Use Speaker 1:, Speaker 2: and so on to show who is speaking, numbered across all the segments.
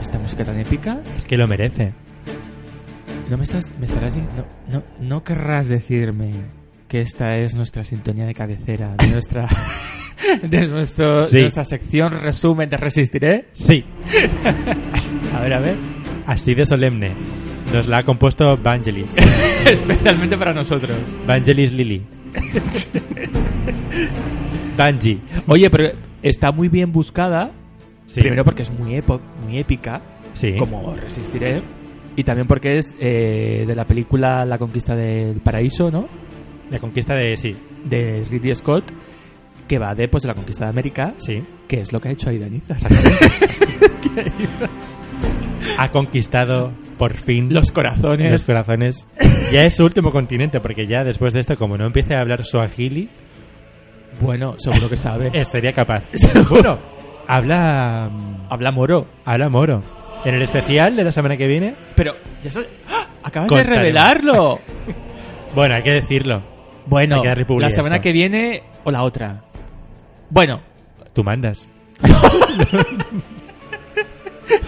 Speaker 1: esta música tan épica?
Speaker 2: Es que lo merece.
Speaker 1: ¿No me estás, me estarás, di- no, no, no querrás decirme que esta es nuestra sintonía de cabecera, de nuestra, de nuestro,
Speaker 2: Sí.
Speaker 1: nuestra sección resumen de Resistiré?
Speaker 2: Sí,
Speaker 1: A ver, a ver.
Speaker 2: así de solemne. Nos la ha compuesto Vangelis.
Speaker 1: Especialmente para nosotros.
Speaker 2: Vangelis Lily. Vanji.
Speaker 1: Oye, pero está muy bien buscada.
Speaker 2: Sí.
Speaker 1: Primero porque es muy, epo- muy épica,
Speaker 2: Sí.
Speaker 1: como Resistiré. Y también porque es eh, de la película La conquista del paraíso, ¿no?
Speaker 2: La conquista de... Sí,
Speaker 1: De Ridley Scott, que va de, pues, de la conquista de América,
Speaker 2: sí.
Speaker 1: que es lo que ha hecho Aidaniza.
Speaker 2: Ha conquistado por fin
Speaker 1: Los
Speaker 2: los
Speaker 1: corazones.
Speaker 2: corazones. Ya es su último continente, porque ya después de esto, como no empiece a hablar suajili,
Speaker 1: Bueno, seguro que sabe.
Speaker 2: estaría capaz. Seguro. Habla... mm,
Speaker 1: Habla moro.
Speaker 2: Habla moro. En el especial de la semana que viene...
Speaker 1: Pero, ya sabes- ¡Ah! ¡Acabas de
Speaker 2: Contaremos.
Speaker 1: revelarlo!
Speaker 2: Bueno, hay que decirlo. Hay
Speaker 1: Bueno,
Speaker 2: que dar republi
Speaker 1: la
Speaker 2: a
Speaker 1: semana
Speaker 2: esto.
Speaker 1: que viene o la otra. Bueno,
Speaker 2: Tú mandas.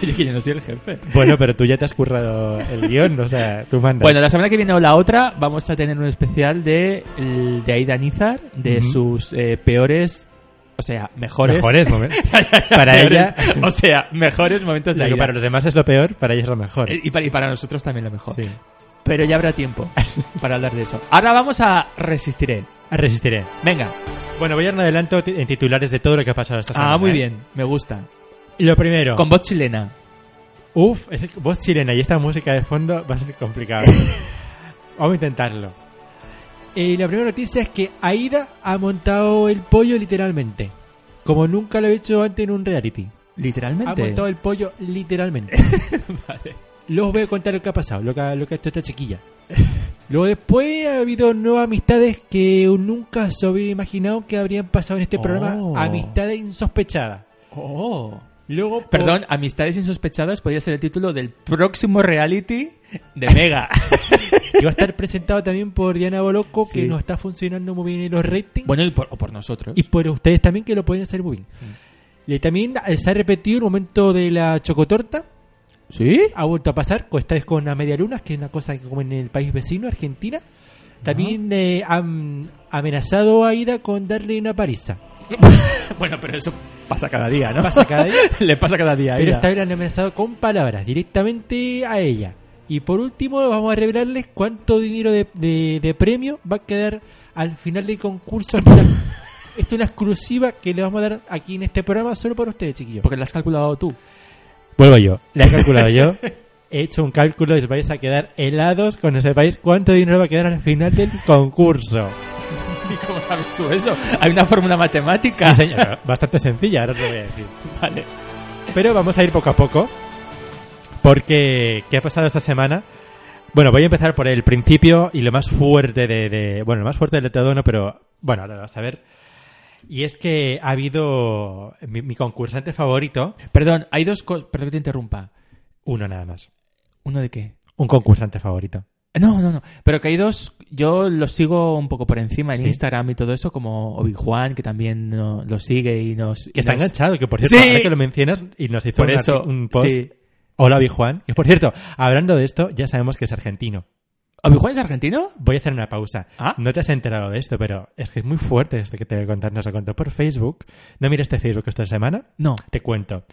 Speaker 1: yo que yo no soy el jefe.
Speaker 2: Bueno, pero tú ya te has currado el guión, o sea, tú mandas.
Speaker 1: Bueno, la semana que viene o la otra vamos a tener un especial de, el- de Aida Nizar, de
Speaker 2: Ujú.
Speaker 1: sus eh, peores, o sea, mejores.
Speaker 2: Mejores momentos. Para
Speaker 1: peores,
Speaker 2: ella,
Speaker 1: O sea, mejores momentos de
Speaker 2: lo que
Speaker 1: Aida.
Speaker 2: para los demás es lo peor, para ella es lo mejor.
Speaker 1: Eh, y, para, y para nosotros también lo mejor.
Speaker 2: Sí.
Speaker 1: Pero ya habrá tiempo para hablar de eso. Ahora vamos a Resistiré.
Speaker 2: Ah, Resistiré.
Speaker 1: Venga.
Speaker 2: Bueno, voy a dar un adelanto ti- en titulares de todo lo que ha pasado esta semana.
Speaker 1: Ah, muy
Speaker 2: ¿eh?
Speaker 1: bien. Me gusta.
Speaker 2: Lo primero.
Speaker 1: Con voz chilena.
Speaker 2: Uf, es el- voz chilena y esta música de fondo va a ser complicado. Vamos a intentarlo. Y Eh, la primera noticia es que Aida ha montado el pollo literalmente. Como nunca lo he hecho antes en un reality. Ha
Speaker 1: Literalmente.
Speaker 2: montado el pollo literalmente. Luego os voy a contar lo que ha pasado, lo que, ha- lo que ha hecho esta chiquilla. Luego después ha habido nuevas amistades que nunca se hubiera imaginado que habrían pasado en este
Speaker 1: Oh.
Speaker 2: programa. Amistades insospechadas.
Speaker 1: Oh.
Speaker 2: Luego, por-
Speaker 1: Perdón, Amistades insospechadas podría ser el título del próximo reality de Mega.
Speaker 2: Y va a estar presentado también por Diana Boloco,
Speaker 1: Sí.
Speaker 2: que nos está funcionando muy bien en los ratings.
Speaker 1: bueno, y por, o por nosotros.
Speaker 2: Y por ustedes también, que lo pueden hacer muy bien.
Speaker 1: Mm.
Speaker 2: Y también eh, se ha repetido el momento de la chocotorta.
Speaker 1: ¿Sí?
Speaker 2: Ha vuelto a pasar, con- esta vez con la media luna, que es una cosa que como en el país vecino, Argentina. También eh, han amenazado a Ida con darle una pariza.
Speaker 1: Bueno, pero eso pasa cada día, ¿no?
Speaker 2: Pasa cada día.
Speaker 1: Le pasa cada día.
Speaker 2: Pero
Speaker 1: ella.
Speaker 2: esta vez la han amenazado con palabras, directamente a ella. Y por último, vamos a revelarles cuánto dinero de, de- de premio va a quedar al final del concurso. Esto es una exclusiva que le vamos a dar aquí en este programa solo para ustedes, chiquillos.
Speaker 1: Porque la has calculado tú.
Speaker 2: Vuelvo yo, le he calculado yo. He hecho un cálculo y os vais a quedar helados cuando sepáis cuánto dinero va a quedar al final del concurso.
Speaker 1: ¿Y cómo sabes tú eso? Hay una fórmula matemática.
Speaker 2: Sí, señor, bastante sencilla, ahora os lo voy a decir.
Speaker 1: Vale.
Speaker 2: Pero vamos a ir poco a poco. Porque, ¿qué ha pasado esta semana? Bueno, voy a empezar por el principio y lo más fuerte de. de- bueno, lo más fuerte de todo, no, pero. Bueno, ahora lo vas a ver. Y es que ha habido. Mi, mi concursante favorito.
Speaker 1: Perdón, hay dos cosas. Perdón que te interrumpa.
Speaker 2: Uno nada más.
Speaker 1: ¿Uno de qué?
Speaker 2: Un concursante favorito.
Speaker 1: No, no, no. Pero que hay dos. Yo los sigo un poco por encima en
Speaker 2: Sí.
Speaker 1: Instagram y todo eso, como Obi-Juan, que también no- lo sigue y nos. y
Speaker 2: Que está
Speaker 1: nos-
Speaker 2: enganchado, que por cierto,
Speaker 1: Sí.
Speaker 2: ahora que lo mencionas y nos hizo
Speaker 1: Por
Speaker 2: un,
Speaker 1: eso.
Speaker 2: arti- un post.
Speaker 1: Sí.
Speaker 2: Hola, Bijuan. Que por cierto, hablando de esto, ya sabemos que es argentino.
Speaker 1: ¿Obi-Juan es argentino?
Speaker 2: Voy a hacer una pausa.
Speaker 1: Ah.
Speaker 2: No te has enterado de esto, pero es que es muy fuerte esto que te voy a contar. Nos lo contó por Facebook. No mires este Facebook esta semana.
Speaker 1: No.
Speaker 2: Te cuento.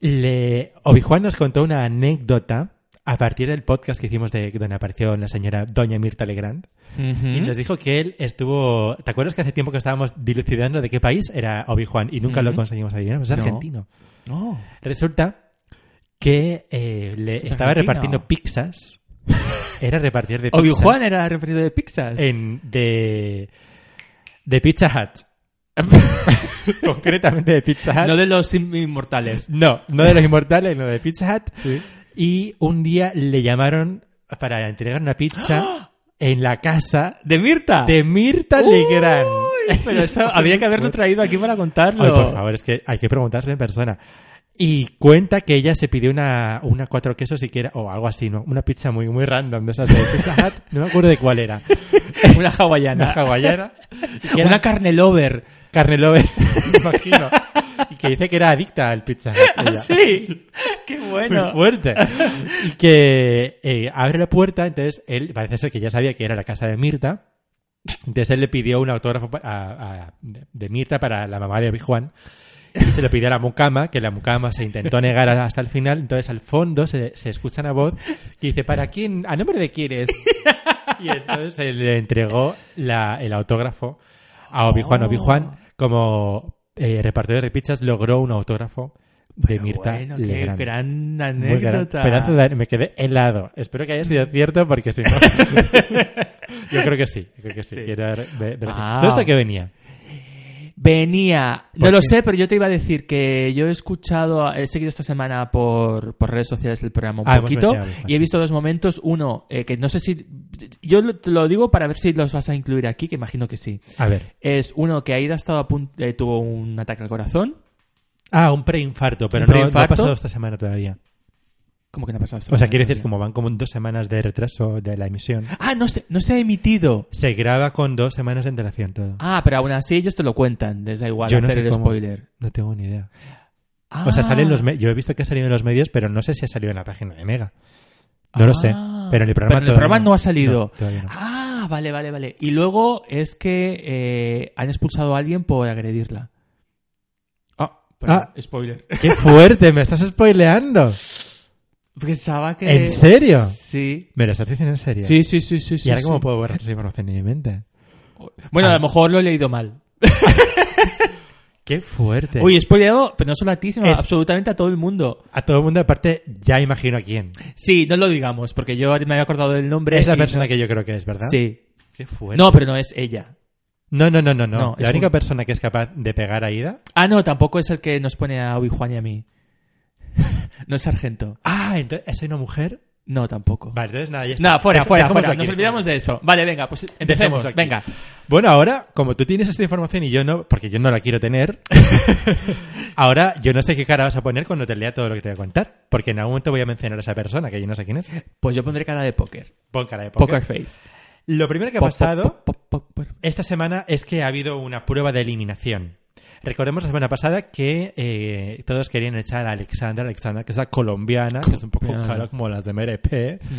Speaker 2: Le... Obi-Juan nos contó una anécdota a partir del podcast que hicimos de donde apareció la señora Doña Mirta Legrand.
Speaker 1: Mm.
Speaker 2: Y nos dijo que él estuvo... ¿Te acuerdas que hace tiempo que estábamos dilucidando de qué país era Obi-Juan y nunca lo
Speaker 1: Ujú.
Speaker 2: conseguimos adivinar? Pues es
Speaker 1: Mm. No.
Speaker 2: argentino. Oh,
Speaker 1: No.
Speaker 2: Resulta que eh, le
Speaker 1: ¿Es
Speaker 2: estaba
Speaker 1: argentino?
Speaker 2: repartiendo pizzas. Era repartir de pizzas
Speaker 1: Obi-Juan era referido de Pixar.
Speaker 2: en, de, de Pizza Hut. Concretamente de Pizza Hut.
Speaker 1: no de los inmortales.
Speaker 2: No, no de los inmortales, no de Pizza Hut. Y un día le llamaron para entregar una pizza en la casa
Speaker 1: ¿De Mirta?
Speaker 2: de Mirta Legrand.
Speaker 1: Uy, Pero eso había que haberlo traído aquí para contarlo.
Speaker 2: Ay, por favor, es que hay que preguntarse en persona. Y cuenta que ella se pidió una, una cuatro quesos siquiera, o algo así, ¿no? Una pizza muy, muy random de esas de Pizza Hut. No me acuerdo de cuál era.
Speaker 1: Una hawaiana.
Speaker 2: Una hawaiana. Y que era
Speaker 1: Una carne lover.
Speaker 2: carne lover, me imagino. Y que dice que era adicta al Pizza Hut. ella.
Speaker 1: sí. ¡Qué
Speaker 2: muy
Speaker 1: bueno!
Speaker 2: fuerte. Y que eh, abre la puerta, entonces él, parece ser que ya sabía que era la casa de Mirta. Entonces él le pidió un autógrafo pa- a- a- de Mirta para la mamá de Juan. Y se lo pidió a la mucama, que la mucama se intentó negar a- hasta el final. Entonces al fondo se, se escucha una voz que dice, ¿para quién? ¿A nombre de quién es? Y entonces él le entregó la- el autógrafo a Obi-Juan.
Speaker 1: Oh.
Speaker 2: Obi-Juan, como eh, repartidor de pizzas, logró un autógrafo de
Speaker 1: Pero
Speaker 2: Mirta
Speaker 1: bueno, qué
Speaker 2: Legrand.
Speaker 1: gran
Speaker 2: Muy gran-
Speaker 1: anécdota.
Speaker 2: pedazo de- me quedé helado. Espero que haya sido cierto porque si no. yo creo que sí. yo creo que sí.
Speaker 1: Sí.
Speaker 2: Quiero ver- ver- ver-
Speaker 1: Ah.
Speaker 2: ¿Todo esto que venía?
Speaker 1: Venía.
Speaker 2: ¿Por
Speaker 1: No lo
Speaker 2: qué?
Speaker 1: sé, pero yo te iba a decir que yo he escuchado, he seguido esta semana por, por redes sociales el programa un
Speaker 2: Ah, hemos
Speaker 1: poquito
Speaker 2: mencionado, hemos
Speaker 1: y he visto dos momentos. Uno, eh, que no sé si. Yo lo- te lo digo para ver si los vas a incluir aquí, que imagino que sí.
Speaker 2: A ver.
Speaker 1: Es uno que Aida estaba a pun- eh, tuvo un ataque al corazón.
Speaker 2: Ah, un preinfarto, pero
Speaker 1: ¿Un
Speaker 2: no- no, ha
Speaker 1: preinfarto?
Speaker 2: pasado esta semana todavía.
Speaker 1: ¿Cómo que no ha pasado esto?
Speaker 2: O sea, quiere decir, como van como dos semanas de retraso de la emisión,
Speaker 1: Ah, no se, no se ha emitido.
Speaker 2: se graba con dos semanas de antelación todo.
Speaker 1: Ah, pero aún así ellos te lo cuentan. Les da igual
Speaker 2: Yo no
Speaker 1: hacer
Speaker 2: sé
Speaker 1: el
Speaker 2: cómo.
Speaker 1: spoiler. Ah.
Speaker 2: No tengo ni idea. O sea, salen los me- yo he visto que ha salido en los medios, pero no sé si ha salido en la página de Mega. No lo sé.
Speaker 1: Ah.
Speaker 2: Pero en el programa,
Speaker 1: Pero en el
Speaker 2: todavía
Speaker 1: programa no ha salido.
Speaker 2: No, todavía no.
Speaker 1: Ah, vale, vale, vale. Y luego es que eh, han expulsado a alguien por agredirla. Ah, perdón,
Speaker 2: Ah.
Speaker 1: spoiler.
Speaker 2: ¡Qué fuerte! ¡Me estás spoileando!
Speaker 1: Pensaba que.
Speaker 2: ¿En serio?
Speaker 1: Sí.
Speaker 2: ¿Me lo estás diciendo en serio?
Speaker 1: Sí, sí, sí, sí. sí,
Speaker 2: ¿Y ahora
Speaker 1: sí.
Speaker 2: cómo puedo borrar esa información de mi mente?
Speaker 1: Bueno, a
Speaker 2: Ah.
Speaker 1: lo mejor lo he leído mal.
Speaker 2: ¡Qué fuerte!
Speaker 1: Uy, he spoileado, pero no solo a ti, sino
Speaker 2: Es-
Speaker 1: absolutamente a todo el mundo.
Speaker 2: a todo el mundo, aparte, ya imagino a quién.
Speaker 1: Sí, no lo digamos, porque yo me había acordado del nombre.
Speaker 2: Es la
Speaker 1: y-
Speaker 2: persona que yo creo que es, ¿verdad?
Speaker 1: Sí.
Speaker 2: ¡Qué fuerte!
Speaker 1: No, pero no es ella.
Speaker 2: No, no, no, no. no.
Speaker 1: No,
Speaker 2: la
Speaker 1: es
Speaker 2: única
Speaker 1: un-
Speaker 2: persona que es capaz de pegar a Ida...
Speaker 1: Ah, no, tampoco es el que nos pone a Obi-Juan y a mí. no es Sargento.
Speaker 2: Ah, entonces, ¿es una mujer?
Speaker 1: No, tampoco.
Speaker 2: Vale, entonces nada, ya está.
Speaker 1: No, fuera,
Speaker 2: Dej-
Speaker 1: fuera,
Speaker 2: dejémoslo
Speaker 1: fuera.
Speaker 2: aquí,
Speaker 1: Nos olvidamos de eso. Vale, venga, pues
Speaker 2: Dejémoslo
Speaker 1: empecemos.
Speaker 2: aquí.
Speaker 1: Venga.
Speaker 2: Bueno, ahora, como tú tienes esta información y yo no, porque yo no la quiero tener, ahora yo no sé qué cara vas a poner cuando te lea todo lo que te voy a contar, porque en algún momento voy a mencionar a esa persona, que yo no sé quién es.
Speaker 1: Pues yo pondré cara de póker.
Speaker 2: Pon cara de
Speaker 1: Poker
Speaker 2: póker.
Speaker 1: face.
Speaker 2: Lo primero que ha
Speaker 1: Po- po-
Speaker 2: pasado
Speaker 1: po- po- po- po-
Speaker 2: esta semana es que ha habido una prueba de eliminación. Recordemos la semana pasada que eh, todos querían echar a Alexandra, Alexandra que es la colombiana, que es un poco
Speaker 1: Colombiana.
Speaker 2: cara como las de MRP.
Speaker 1: Mm.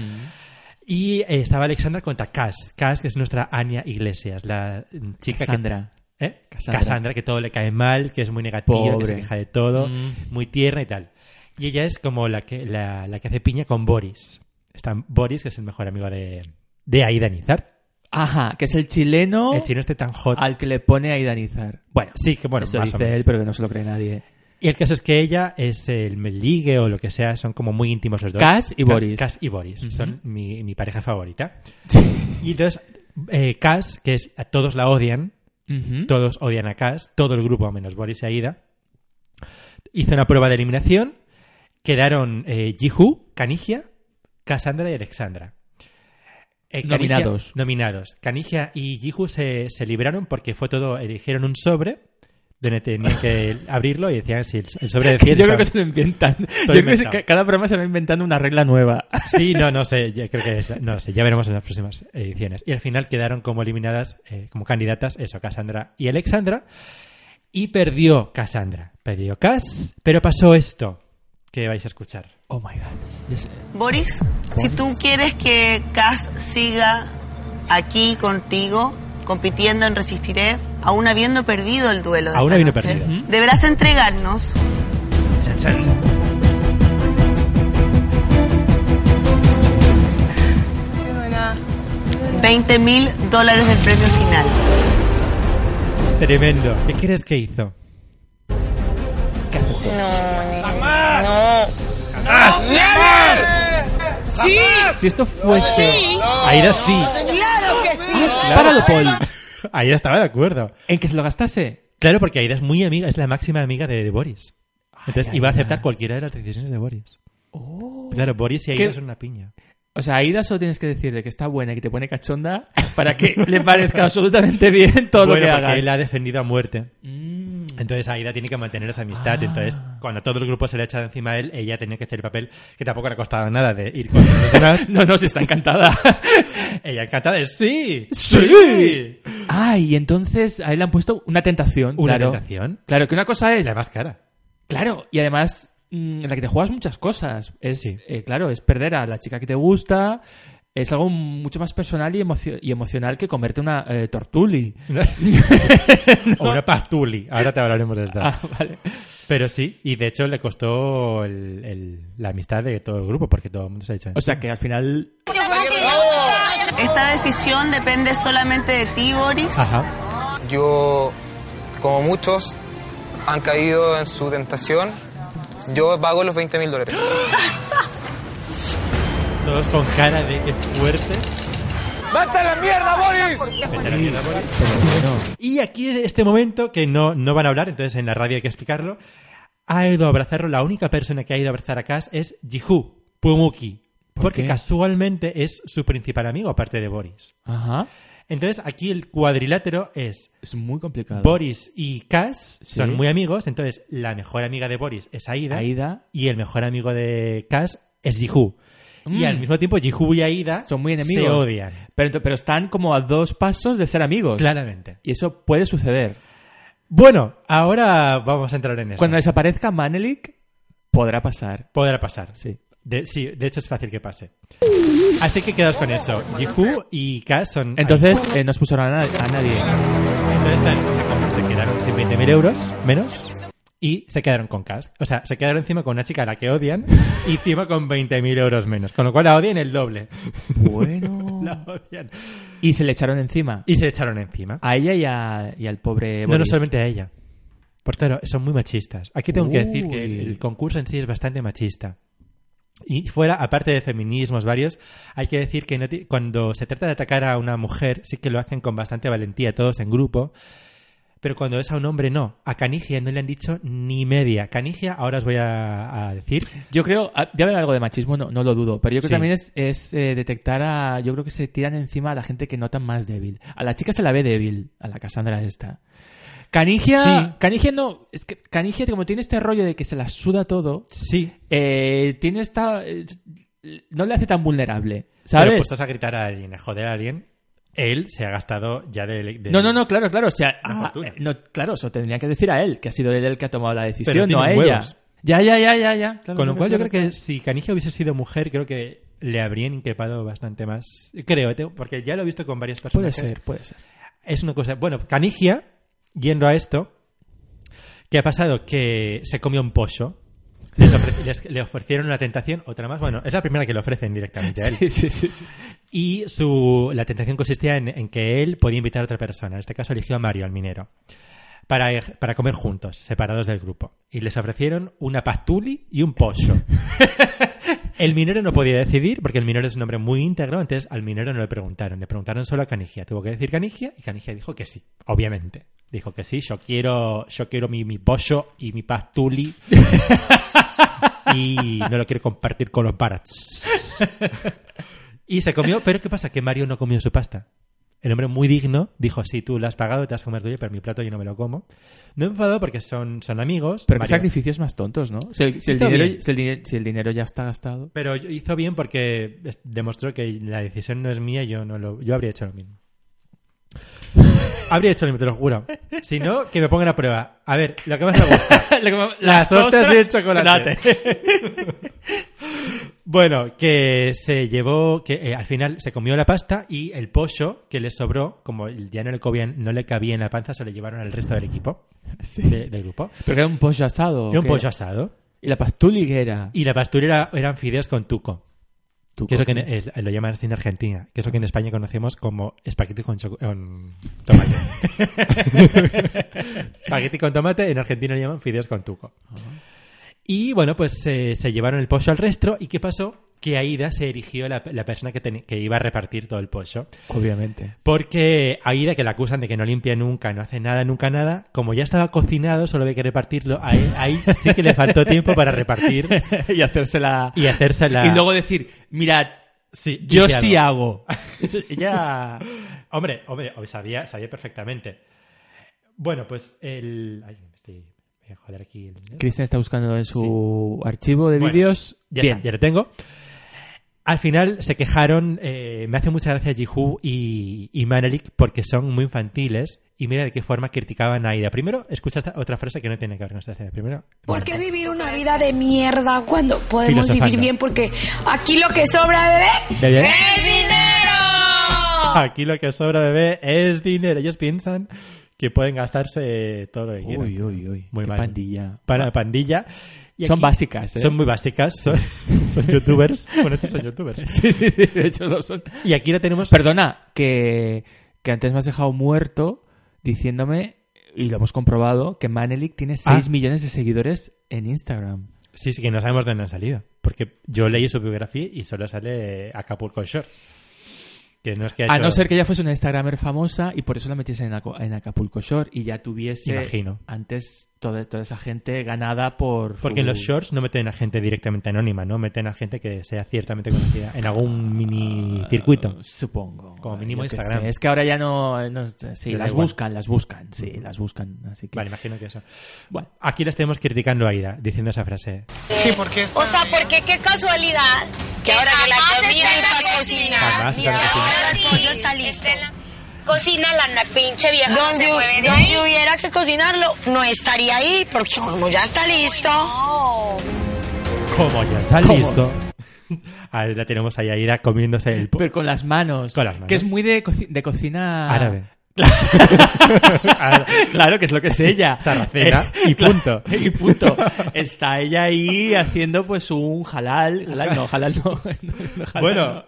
Speaker 2: Y eh, estaba Alexandra contra Cass. Cass, que es nuestra Ania Iglesias, la mm, chica que
Speaker 1: Cassandra.
Speaker 2: ¿Eh?
Speaker 1: Cassandra.
Speaker 2: Cassandra, que todo le cae mal, que es muy negativa, que
Speaker 1: Pobre.
Speaker 2: se queja de todo,
Speaker 1: Mm.
Speaker 2: muy tierna y tal. Y ella es como la que, la, la que hace piña con Boris. Está Boris, que es el mejor amigo de, de Aida Nizar.
Speaker 1: Ajá, que es el chileno
Speaker 2: El chino este tan hot.
Speaker 1: Oh. al que le pone a idanizar. Bueno,
Speaker 2: Sí, que bueno,
Speaker 1: eso
Speaker 2: más o
Speaker 1: dice
Speaker 2: menos.
Speaker 1: él, pero que no se lo cree nadie.
Speaker 2: Y el caso es que ella es el ligue o lo que sea, son como muy íntimos los dos.
Speaker 1: Cass y Boris.
Speaker 2: Cass y Boris.
Speaker 1: Ujú.
Speaker 2: Son mi, mi pareja favorita. Y entonces, eh, Cass, que es, a todos la odian,
Speaker 1: Ujú.
Speaker 2: Todos odian a Cass, todo el grupo, menos Boris y Aida. Hizo una prueba de eliminación. Quedaron eh, Jihu, Canigia, Cassandra y Alexandra. Eh, Canigia-
Speaker 1: Nominados.
Speaker 2: nominados. Canigia y Jihu se, se libraron porque fue todo. Eligieron un sobre donde tenían que abrirlo y decían si el, el sobre decía. si
Speaker 1: Yo creo que
Speaker 2: estaba-
Speaker 1: se lo inventan. Yo creo que se-
Speaker 2: inventado.
Speaker 1: ca- cada programa se va inventando una regla nueva.
Speaker 2: Sí, no, no sé. Yo creo que es- no sé. Ya veremos en las próximas ediciones. Y al final quedaron como eliminadas, eh, como candidatas, eso, Cassandra y Alexandra. Y perdió Cassandra. Perdió Cass, pero pasó esto que vais a escuchar.
Speaker 1: Oh my god. Yo sé-
Speaker 3: Boris, si tú quieres que Cass siga aquí contigo, compitiendo en Resistiré, aún habiendo perdido el duelo de
Speaker 2: Aún
Speaker 3: esta
Speaker 2: habiendo
Speaker 3: noche,
Speaker 2: perdido.
Speaker 3: deberás entregarnos $20,000 mil dólares del premio final.
Speaker 2: Tremendo. ¿Qué crees que hizo?
Speaker 1: Ah, Si esto fuese.
Speaker 2: Aida sí.
Speaker 4: ¡Claro que sí!
Speaker 1: Páralo, Paul.
Speaker 2: Aida estaba de acuerdo.
Speaker 1: En que se lo gastase.
Speaker 2: Claro, porque Aida es muy amiga, es la máxima amiga de, de Boris. Entonces
Speaker 1: Ay, Oh.
Speaker 2: iba a
Speaker 1: Aida.
Speaker 2: aceptar cualquiera de las decisiones de Boris. Claro, Boris y Aida
Speaker 1: ¿Qué?
Speaker 2: son una piña.
Speaker 1: O sea, Aida solo tienes que decirle que está buena y que te pone cachonda para que le parezca absolutamente bien todo
Speaker 2: bueno,
Speaker 1: lo que
Speaker 2: porque
Speaker 1: hagas.
Speaker 2: él la ha defendido a muerte.
Speaker 1: Mm.
Speaker 2: Entonces Aida tiene que mantener esa amistad.
Speaker 1: Ah.
Speaker 2: Entonces, cuando todo el grupo se le echa encima a él, ella tenía que hacer el papel que tampoco le ha costado nada de ir con los demás.
Speaker 1: No, no, si está encantada.
Speaker 2: ella encantada de sí.
Speaker 1: ¡Sí! Ay, y entonces a él le han puesto una tentación.
Speaker 2: Una
Speaker 1: claro.
Speaker 2: tentación.
Speaker 1: Claro, que una cosa es.
Speaker 2: La más cara.
Speaker 1: Claro, y además mm, en la que te juegas muchas cosas. Es,
Speaker 2: Sí.
Speaker 1: eh, claro, es perder a la chica que te gusta. Es algo mucho más personal y, emocio- y emocional que comerte una eh, tortuli.
Speaker 2: O una pastuli. Ahora te hablaremos de esta.
Speaker 1: Ah, vale.
Speaker 2: Pero sí, y de hecho le costó el- el- la amistad de todo el grupo, porque todo el mundo se ha dicho.
Speaker 1: O sea que al final
Speaker 3: Esta decisión depende solamente de ti, Boris.
Speaker 2: Ajá.
Speaker 4: Yo, como muchos, han caído en su tentación. Yo pago los 20 mil dólares.
Speaker 2: Todos con cara de que fuerte.
Speaker 4: ¡Basta la mierda, Boris!
Speaker 2: Y aquí en este momento, que no, no van a hablar, entonces en la radio hay que explicarlo, ha ido a abrazarlo, la única persona que ha ido a abrazar a Cass es Jihu Pumuki, porque
Speaker 1: qué?
Speaker 2: casualmente es su principal amigo, aparte de Boris.
Speaker 1: Ajá.
Speaker 2: Entonces aquí el cuadrilátero es
Speaker 1: es muy complicado.
Speaker 2: Boris y Cass,
Speaker 1: Sí.
Speaker 2: son muy amigos, entonces la mejor amiga de Boris es Aida,
Speaker 1: Aida
Speaker 2: y el mejor amigo de Cass es Jihu. Y
Speaker 1: Mm.
Speaker 2: al mismo tiempo Jihu y Aida
Speaker 1: son muy enemigos.
Speaker 2: se odian.
Speaker 1: Pero, ento- pero están como a dos pasos de ser amigos.
Speaker 2: Claramente.
Speaker 1: Y eso puede suceder.
Speaker 2: Bueno, ahora vamos a entrar en eso.
Speaker 1: Cuando desaparezca Manelik, podrá pasar.
Speaker 2: Podrá pasar.
Speaker 1: Sí.
Speaker 2: De, sí, de hecho es fácil que pase. Así que quedaos con eso. Jihu y Cass son.
Speaker 1: Entonces eh, no expulsaron a, na- a nadie.
Speaker 2: Entonces, claro, no sé cómo, se quedaron sin 20.000 euros menos y se quedaron con Cass. O sea, se quedaron encima con una chica a la que odian y encima con 20.000 euros menos. Con lo cual la odian el doble.
Speaker 1: Bueno.
Speaker 2: La odian.
Speaker 1: Y se le echaron encima.
Speaker 2: Y se echaron encima.
Speaker 1: A ella y, a- y al pobre
Speaker 2: No, no
Speaker 1: Boris.
Speaker 2: solamente a ella. Porque claro, son muy machistas. Aquí tengo que decir que el,
Speaker 1: Uy.
Speaker 2: el concurso en sí es bastante machista. Y fuera, aparte de feminismos varios, hay que decir que no ti- cuando se trata de atacar a una mujer, sí que lo hacen con bastante valentía todos en grupo. Pero cuando es a un hombre, no. A Canigia no le han dicho ni media. Canigia, ahora os voy a, a decir.
Speaker 1: Yo creo, ah, ya habrá algo de machismo, no, no lo dudo, pero yo creo
Speaker 2: Sí.
Speaker 1: que también es, es, eh, detectar a, yo creo que se tiran encima a la gente que notan más débil. A la chica se la ve débil, a la Cassandra esta. Canigia,
Speaker 2: Sí.
Speaker 1: Canigia no, es que Canigia como tiene este rollo de que se la suda todo,
Speaker 2: Sí.
Speaker 1: eh, tiene esta, eh, no le hace tan vulnerable,
Speaker 2: Pero pues,
Speaker 1: ¿sabes?
Speaker 2: puestos a gritar a alguien, a joder a alguien, él se ha gastado ya de... de-
Speaker 1: No, no, no, claro, claro, o sea,
Speaker 2: Una
Speaker 1: ah,
Speaker 2: fortuna.
Speaker 1: eh, no, claro, eso tendría que decir a él, que ha sido él el que ha tomado la decisión,
Speaker 2: tiene
Speaker 1: no a ella.
Speaker 2: huevos.
Speaker 1: Ya, ya, ya, ya, ya.
Speaker 2: Con lo cual yo creo que si Canigia hubiese sido mujer, creo que le habrían increpado bastante más. Creo, te- porque ya lo he visto con varias
Speaker 1: Puede
Speaker 2: personas.
Speaker 1: ser, puede ser.
Speaker 2: Es una cosa... Bueno, Canigia, yendo a esto, ¿qué ha pasado? Que se comió un pollo. Les ofre- les- le ofrecieron una tentación, otra más. Bueno, es la primera que le ofrecen directamente a él.
Speaker 1: Sí, sí, sí, sí.
Speaker 2: Y su, la tentación consistía en, en que él podía invitar a otra persona. En este caso eligió a Mario, al minero. Para, ej- para comer juntos, separados del grupo. Y les ofrecieron una pastuli y un pollo. el minero no podía decidir, porque el minero es un hombre muy íntegro, entonces al minero no le preguntaron. Le preguntaron solo a Canigia. Tuvo que decir Canigia, y Canigia dijo que sí, obviamente. Dijo que sí, yo quiero, yo quiero mi, mi pollo y mi pastuli. y no lo quiero compartir con los barats. Y se comió, pero ¿qué pasa? Que Mario no comió su pasta. El hombre muy digno dijo, sí, tú la has pagado, te has comido tuyo, pero mi plato yo no me lo como. No me enfadado porque son, son amigos.
Speaker 1: Pero qué
Speaker 2: Mario-
Speaker 1: sacrificios más tontos, ¿no? Si el, si el
Speaker 2: Está
Speaker 1: dinero,
Speaker 2: bien.
Speaker 1: si el dine- si el dinero ya está gastado.
Speaker 2: Pero hizo bien porque es- demostró que la decisión no es mía, yo no lo, yo habría hecho lo mismo. habría hecho lo mismo, te lo juro. Si no, que me pongan a prueba. A ver, lo que más me gusta. Las ostras y el chocolate. Bueno, que se llevó, que eh, al final se comió la pasta y el pollo que le sobró, como ya no le, cabía, no le cabía en la panza, se lo llevaron al resto del equipo, de- del grupo.
Speaker 1: Pero que era un pollo asado. ¿o
Speaker 2: Era un
Speaker 1: qué?
Speaker 2: pollo asado
Speaker 1: Y la pastuli que era.
Speaker 2: y la pastura era, eran fideos con tuco.
Speaker 1: Tú
Speaker 2: Que es lo que en-
Speaker 1: coges.
Speaker 2: es- lo llaman así en Argentina, que es lo que en España conocemos como espagueti con, choco- con tomate. espagueti con tomate, en Argentina lo llaman fideos con tuco.
Speaker 1: Ah.
Speaker 2: Y bueno, pues eh, se llevaron el pollo al resto. ¿Y qué pasó? Que Aida se erigió la, la persona que, teni- que iba a repartir todo el pollo.
Speaker 1: Obviamente.
Speaker 2: Porque Aida, que la acusan de que no limpia nunca, no hace nada, nunca nada, como ya estaba cocinado, solo había que repartirlo. A él- Ahí, sí que le faltó tiempo para repartir
Speaker 1: y hacérsela.
Speaker 2: y hacerse la...
Speaker 1: Y luego decir, mirad,
Speaker 2: Sí,
Speaker 1: yo
Speaker 2: limpiado.
Speaker 1: sí hago. Eso, ella.
Speaker 2: Hombre, hombre, o- sabía, sabía perfectamente. Bueno, pues el. Ay, me estoy. me Voy a joder aquí. el-
Speaker 1: Cristian está buscando en su archivo de
Speaker 2: Bueno,
Speaker 1: vídeos.
Speaker 2: Ya
Speaker 1: Bien.
Speaker 2: está, ya lo tengo. Al final se quejaron. eh, me hace mucha gracia Jihu y, y Manelik porque son muy infantiles. y mira de qué forma criticaban a Aida. Primero, escucha esta otra frase que no tiene que ver con esta escena. Primero,
Speaker 5: ¿Por
Speaker 2: bueno,
Speaker 5: qué vivir una vida de mierda cuando podemos vivir
Speaker 2: Filosofando.
Speaker 5: bien? Porque aquí lo que sobra, bebé,
Speaker 2: ¿Bebé?
Speaker 5: es dinero.
Speaker 2: aquí lo que sobra, bebé, es dinero. Ellos piensan que pueden gastarse todo lo que quieran.
Speaker 1: Uy, uy, uy.
Speaker 2: Muy
Speaker 1: qué
Speaker 2: mal.
Speaker 1: pandilla.
Speaker 2: Para pandilla. Y
Speaker 1: Son
Speaker 2: aquí-
Speaker 1: básicas, ¿eh?
Speaker 2: Son muy básicas. Son, son youtubers. Bueno, estos son youtubers.
Speaker 1: Sí, sí, sí. De hecho, lo son.
Speaker 2: Y aquí la tenemos.
Speaker 1: Perdona, que, que antes me has dejado muerto diciéndome, y lo hemos comprobado, que Manelik tiene 6
Speaker 2: Ah.
Speaker 1: millones de seguidores en Instagram.
Speaker 2: Sí, sí, que no sabemos de dónde ha salido. Porque yo leí su biografía y solo sale Acapulco Shore. Que no es que ha
Speaker 1: A
Speaker 2: hecho-
Speaker 1: no ser que ella fuese una Instagramer famosa y por eso la metiese en, Aco- en Acapulco Shore y ya tuviese
Speaker 2: Imagino.
Speaker 1: antes toda, toda esa gente ganada por...
Speaker 2: Porque en los shorts no meten a gente directamente anónima, ¿no? Meten a gente que sea ciertamente conocida en algún mini circuito.
Speaker 1: Uh, supongo.
Speaker 2: Como mínimo
Speaker 1: Yo qué
Speaker 2: Instagram.
Speaker 1: sé. Es que ahora ya no... no- sí,
Speaker 2: Les da
Speaker 1: las
Speaker 2: igual.
Speaker 1: buscan, las buscan. Sí, las buscan. Así que...
Speaker 2: Vale, imagino que eso.
Speaker 1: Bueno.
Speaker 2: Aquí las tenemos criticando a Aida, diciendo esa frase.
Speaker 6: Sí, porque
Speaker 7: O sea, porque qué casualidad que ahora que la comida está en la cocina,
Speaker 2: Jamás está en la cocina.
Speaker 7: ahora
Speaker 3: El
Speaker 7: sí,
Speaker 3: pollo está listo.
Speaker 7: en la cocina la pinche vieja no
Speaker 3: Donde,
Speaker 7: se mueve de
Speaker 3: donde
Speaker 7: ahí.
Speaker 3: hubiera que cocinarlo, no estaría ahí, porque como ya está listo.
Speaker 7: No.
Speaker 2: Como ya está
Speaker 1: ¿Cómo?
Speaker 2: listo. Ahí la tenemos ahí a Aida comiéndose el... po-
Speaker 1: Pero con las manos.
Speaker 2: Con las manos.
Speaker 1: Que es muy de, coci- de cocina...
Speaker 2: Árabe.
Speaker 1: Claro, claro, que es lo que es ella. Eh,
Speaker 2: Sarracena y punto.
Speaker 1: y punto. Está ella ahí haciendo pues un halal. Halal no, halal no. no, halal
Speaker 2: Bueno,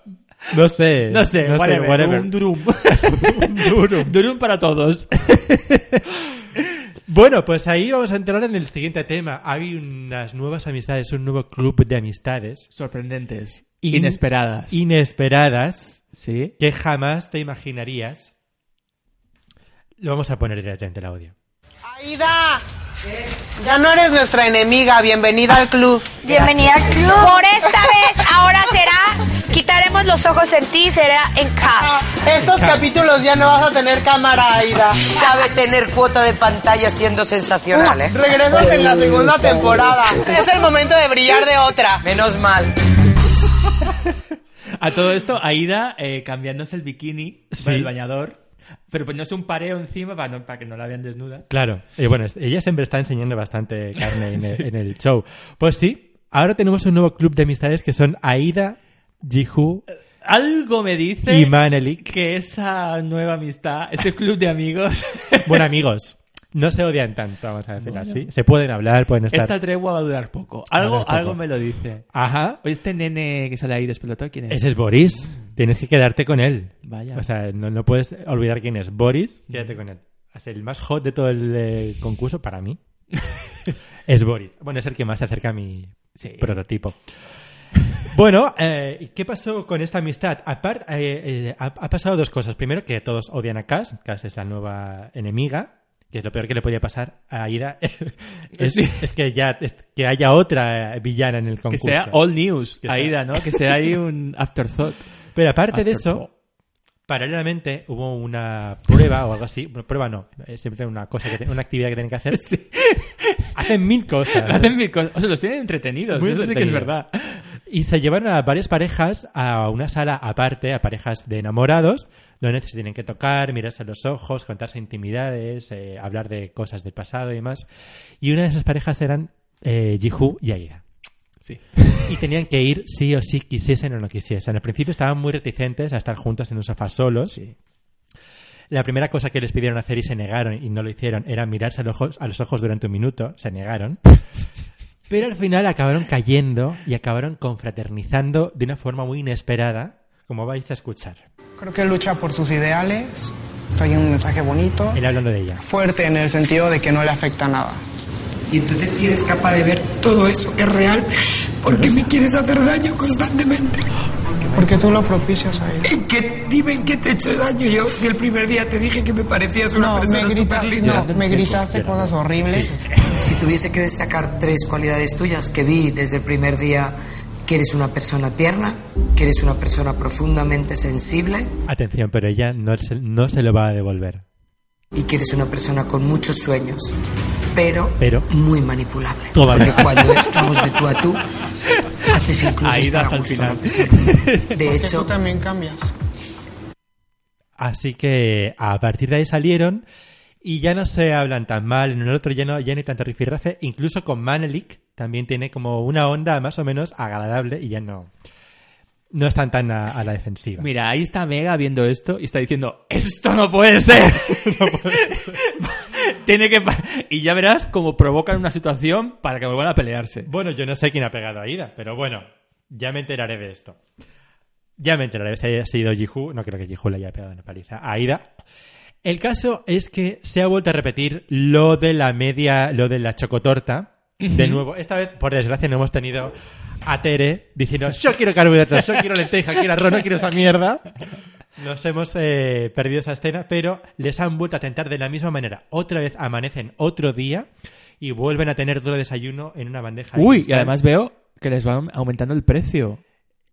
Speaker 2: no sé.
Speaker 1: no. eh, no sé, whatever, un durum.
Speaker 2: Un durum.
Speaker 1: durum para todos.
Speaker 2: Bueno, pues ahí vamos a entrar en el siguiente tema. Hay unas nuevas amistades, un nuevo club de amistades.
Speaker 1: Sorprendentes.
Speaker 2: In-
Speaker 1: Inesperadas.
Speaker 2: Inesperadas
Speaker 1: sí.
Speaker 2: que jamás te imaginarías. Lo vamos a poner directamente el audio.
Speaker 6: Aida, ya no eres nuestra enemiga, bienvenida al club.
Speaker 7: Bienvenida al club. Por esta vez, ahora será, quitaremos los ojos en ti, será en casa.
Speaker 6: Ah, Estos capítulos ya no vas a tener cámara, Aida.
Speaker 8: sabe tener cuota de pantalla siendo sensacional, ¿eh?
Speaker 6: Regresas en la segunda temporada. Es el momento de brillar de otra.
Speaker 8: Menos mal.
Speaker 1: A todo esto, Aida eh, cambiándose el bikini,
Speaker 2: Sí.
Speaker 1: bueno, el bañador, pero poniéndose un pareo encima para, no- para que no la vean desnuda.
Speaker 2: Claro. Y bueno, es- ella siempre está enseñando bastante carne en, el, en el show. Pues sí, ahora tenemos un nuevo club de amistades que son Aida, Jihu
Speaker 1: Algo me dice
Speaker 2: y Manelik.
Speaker 1: que esa nueva amistad, ese club de amigos,
Speaker 2: Bueno, amigos, no se odian tanto, vamos a decirlo así. Se pueden hablar, pueden estar...
Speaker 1: Esta tregua va a durar poco.
Speaker 2: a
Speaker 1: Algo,
Speaker 2: durar poco.
Speaker 1: algo me lo dice.
Speaker 2: Ajá.
Speaker 1: Oye, Este nene que sale ahí despelotado, ¿quién es?
Speaker 2: Ese es Boris. Tienes que quedarte con él.
Speaker 1: Vaya.
Speaker 2: O sea, no, no puedes olvidar quién es. Boris, quédate con él. Es el más hot de todo el eh, concurso para mí. es Boris. Bueno, es el que más se acerca a mi
Speaker 1: Sí.
Speaker 2: prototipo. Bueno, eh, ¿y ¿qué pasó con esta amistad? Aparte, ha, ha pasado dos cosas. Primero, que todos odian a Cass. Cass es la nueva enemiga. Que es lo peor que le podía pasar a Aida. es,
Speaker 1: Sí.
Speaker 2: es que ya es que haya otra eh, villana en el
Speaker 1: que
Speaker 2: concurso.
Speaker 1: sea all news,
Speaker 2: Que sea-
Speaker 1: Aida, ¿no? Que sea ahí un afterthought.
Speaker 2: Pero aparte de
Speaker 1: Afterthought.
Speaker 2: eso, paralelamente hubo una prueba o algo así. Bueno, prueba no, eh, siempre una cosa que te- una actividad que tienen que hacer. Hacen mil cosas.
Speaker 1: Hacen mil cosas. O sea, los tienen entretenidos.
Speaker 2: Muy
Speaker 1: eso sí que es
Speaker 2: entretenidos.
Speaker 1: verdad.
Speaker 2: Y se llevaron a varias parejas a una sala aparte, a parejas de enamorados, donde se tienen que tocar, mirarse a los ojos, contarse intimidades, eh, hablar de cosas del pasado y demás. Y una de esas parejas eran eh, Jihu y Aida.
Speaker 1: Sí.
Speaker 2: Y tenían que ir sí o sí, quisiesen o no quisiesen. Al principio estaban muy reticentes a estar juntas en un sofá solos.
Speaker 1: Sí.
Speaker 2: La primera cosa que les pidieron hacer y se negaron y no lo hicieron era mirarse a los ojos, a los ojos durante un minuto. Se negaron. Pero al final acabaron cayendo y acabaron confraternizando de una forma muy inesperada, como vais a escuchar.
Speaker 6: Creo que lucha por sus ideales. Estoy en un mensaje bonito,
Speaker 2: Él hablando de ella.
Speaker 6: fuerte en el sentido de que no le afecta nada.
Speaker 9: Y entonces si eres capaz de ver todo eso que es real, porque me quieres hacer daño constantemente.
Speaker 6: Porque tú lo propicias a él.
Speaker 9: ¿En qué, dime en qué te he hecho daño yo si el primer día te dije que me parecías una
Speaker 6: No, me,
Speaker 9: persona
Speaker 6: grita-
Speaker 9: súper linda.
Speaker 6: no, me gritaste cosas horribles.
Speaker 8: Si tuviese que destacar tres cualidades tuyas que vi desde el primer día, que eres una persona tierna, que eres una persona profundamente sensible
Speaker 2: Atención, pero ella no se, no se lo va a devolver.
Speaker 8: y que eres una persona con muchos sueños, pero,
Speaker 2: Pero.
Speaker 8: muy manipulable.
Speaker 2: Todavía.
Speaker 8: Porque cuando estamos de tú a tú, haces incluso
Speaker 1: Ahí da
Speaker 8: estar a
Speaker 1: hasta el
Speaker 8: gusto
Speaker 1: final.
Speaker 8: a la persona. De
Speaker 6: Porque tú
Speaker 8: hecho,
Speaker 6: también cambias.
Speaker 2: Así que a partir de ahí salieron y ya no se hablan tan mal. En el otro ya no, ya no hay tanta rifirrafe. Incluso con Manelik también tiene como una onda más o menos agradable y ya no. No están tan a, a la defensiva.
Speaker 1: Mira, ahí está Mega viendo esto y está diciendo, esto no puede ser. Tiene que... pa- Y ya verás cómo provocan una situación para que vuelvan a pelearse.
Speaker 2: Bueno, yo no sé quién ha pegado a Ida, pero bueno, ya me enteraré de esto. Ya me enteraré si haya sido Jihu. No creo que Jihu le haya pegado una paliza a Ida. El caso es que se ha vuelto a repetir lo de la media, lo de la chocotorta. De nuevo, esta vez, por desgracia, no hemos tenido a Tere diciendo yo quiero carbohidratos, yo quiero lenteja, quiero arroz, no quiero esa mierda. Nos hemos eh, perdido esa escena, pero les han vuelto a tentar de la misma manera. Otra vez amanecen otro día y vuelven a tener duro desayuno en una bandeja. de
Speaker 1: Uy, y
Speaker 2: cristal.
Speaker 1: además veo que les van aumentando el precio.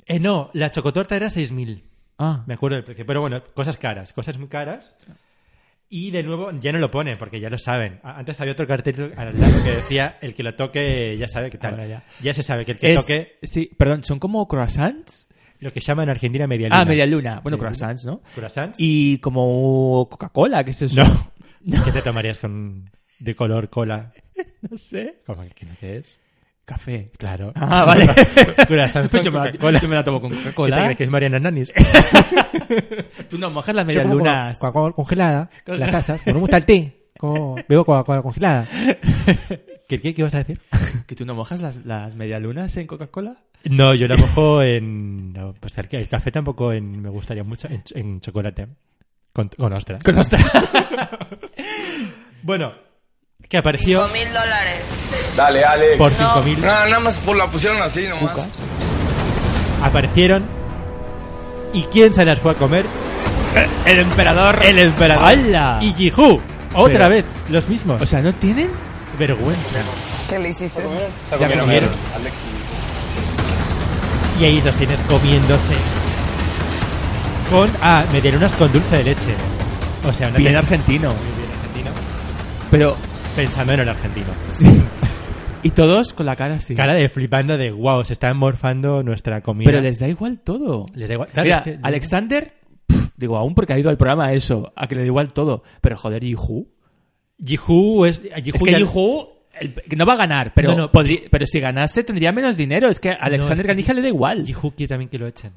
Speaker 2: Eh, no, la chocotorta era 6.000.
Speaker 1: Ah,
Speaker 2: Me acuerdo del precio. Pero bueno, cosas caras, cosas muy caras. Y de nuevo, ya no lo ponen, porque ya lo saben. A- Antes había otro cartel al lado que decía, el que lo toque ya sabe que tal.
Speaker 1: Ahora ya.
Speaker 2: se sabe que el que
Speaker 1: es-
Speaker 2: toque,
Speaker 1: Sí, perdón, son como croissants.
Speaker 2: lo que llaman en Argentina media luna.
Speaker 1: Ah, media luna. Bueno, croissants, ¿no?
Speaker 2: Croissants.
Speaker 1: Y como Coca-Cola, que es eso?
Speaker 2: No. ¿Qué te tomarías con de color cola?
Speaker 1: No sé.
Speaker 2: ¿Cómo que no que es?
Speaker 1: Café.
Speaker 2: Claro.
Speaker 1: Ah, vale.
Speaker 2: Croissants con
Speaker 1: Pues yo, me la,
Speaker 2: Coca-Cola.
Speaker 1: yo me la tomo con
Speaker 2: ¿Qué te
Speaker 1: Coca-Cola.
Speaker 2: crees que es Mariana Nanis?
Speaker 1: Tú no mojas las medias lunas.
Speaker 2: Coca-Cola congelada,
Speaker 1: Con- las
Speaker 2: tazas. No me gusta el té. Bebo Coca-Cola congelada. ¿Qué, qué, ¿Qué vas a decir?
Speaker 1: ¿Que tú no mojas las, las medialunas en Coca-Cola?
Speaker 2: No, yo la mojo en. no, pues el, el café tampoco en- me gustaría mucho, en, ch- en chocolate. Con, con ostras.
Speaker 1: Con ostras.
Speaker 2: Bueno, que apareció
Speaker 7: mil dólares.
Speaker 10: Dale, Alex.
Speaker 2: por 5.000.
Speaker 10: Nada, nada más por la pusieron así nomás. Eh,
Speaker 2: Aparecieron. ¿Y quién se las fue a comer?
Speaker 1: Eh, El emperador.
Speaker 2: El emperador.
Speaker 1: ¡Hala!
Speaker 2: Y Jihu. Otra
Speaker 1: Pero-
Speaker 2: vez, los mismos.
Speaker 1: O sea, ¿no tienen?
Speaker 2: vergüenza.
Speaker 6: ¿Qué le hiciste?
Speaker 10: Está
Speaker 1: Ya
Speaker 10: comiendo
Speaker 1: comieron.
Speaker 10: mierda, Alex y-
Speaker 2: Y ahí los tienes comiéndose. Con. Ah, me dieron unas con dulce de leche. O sea, una
Speaker 1: Bien
Speaker 2: que-
Speaker 1: argentino.
Speaker 2: Muy bien argentino.
Speaker 1: Pero,
Speaker 2: Pensando en el argentino.
Speaker 1: y todos con la cara así.
Speaker 2: Cara de flipando de wow, se está morfando nuestra comida.
Speaker 1: Pero les da igual todo.
Speaker 2: Les da igual. Claro,
Speaker 1: Mira,
Speaker 2: es que-
Speaker 1: Alexander, pf, digo, aún porque ha ido al programa eso, a que le da igual todo. Pero joder, ¿y Hu?
Speaker 2: Jihu es. Jihu
Speaker 1: Es que
Speaker 2: ya-
Speaker 1: Yu-Hu no va a ganar, pero,
Speaker 2: No, no.
Speaker 1: podrí- pero si ganase tendría menos dinero. Es que a Alexander
Speaker 2: que-
Speaker 1: Canija le da igual.
Speaker 2: Jihu quiere también que lo echen.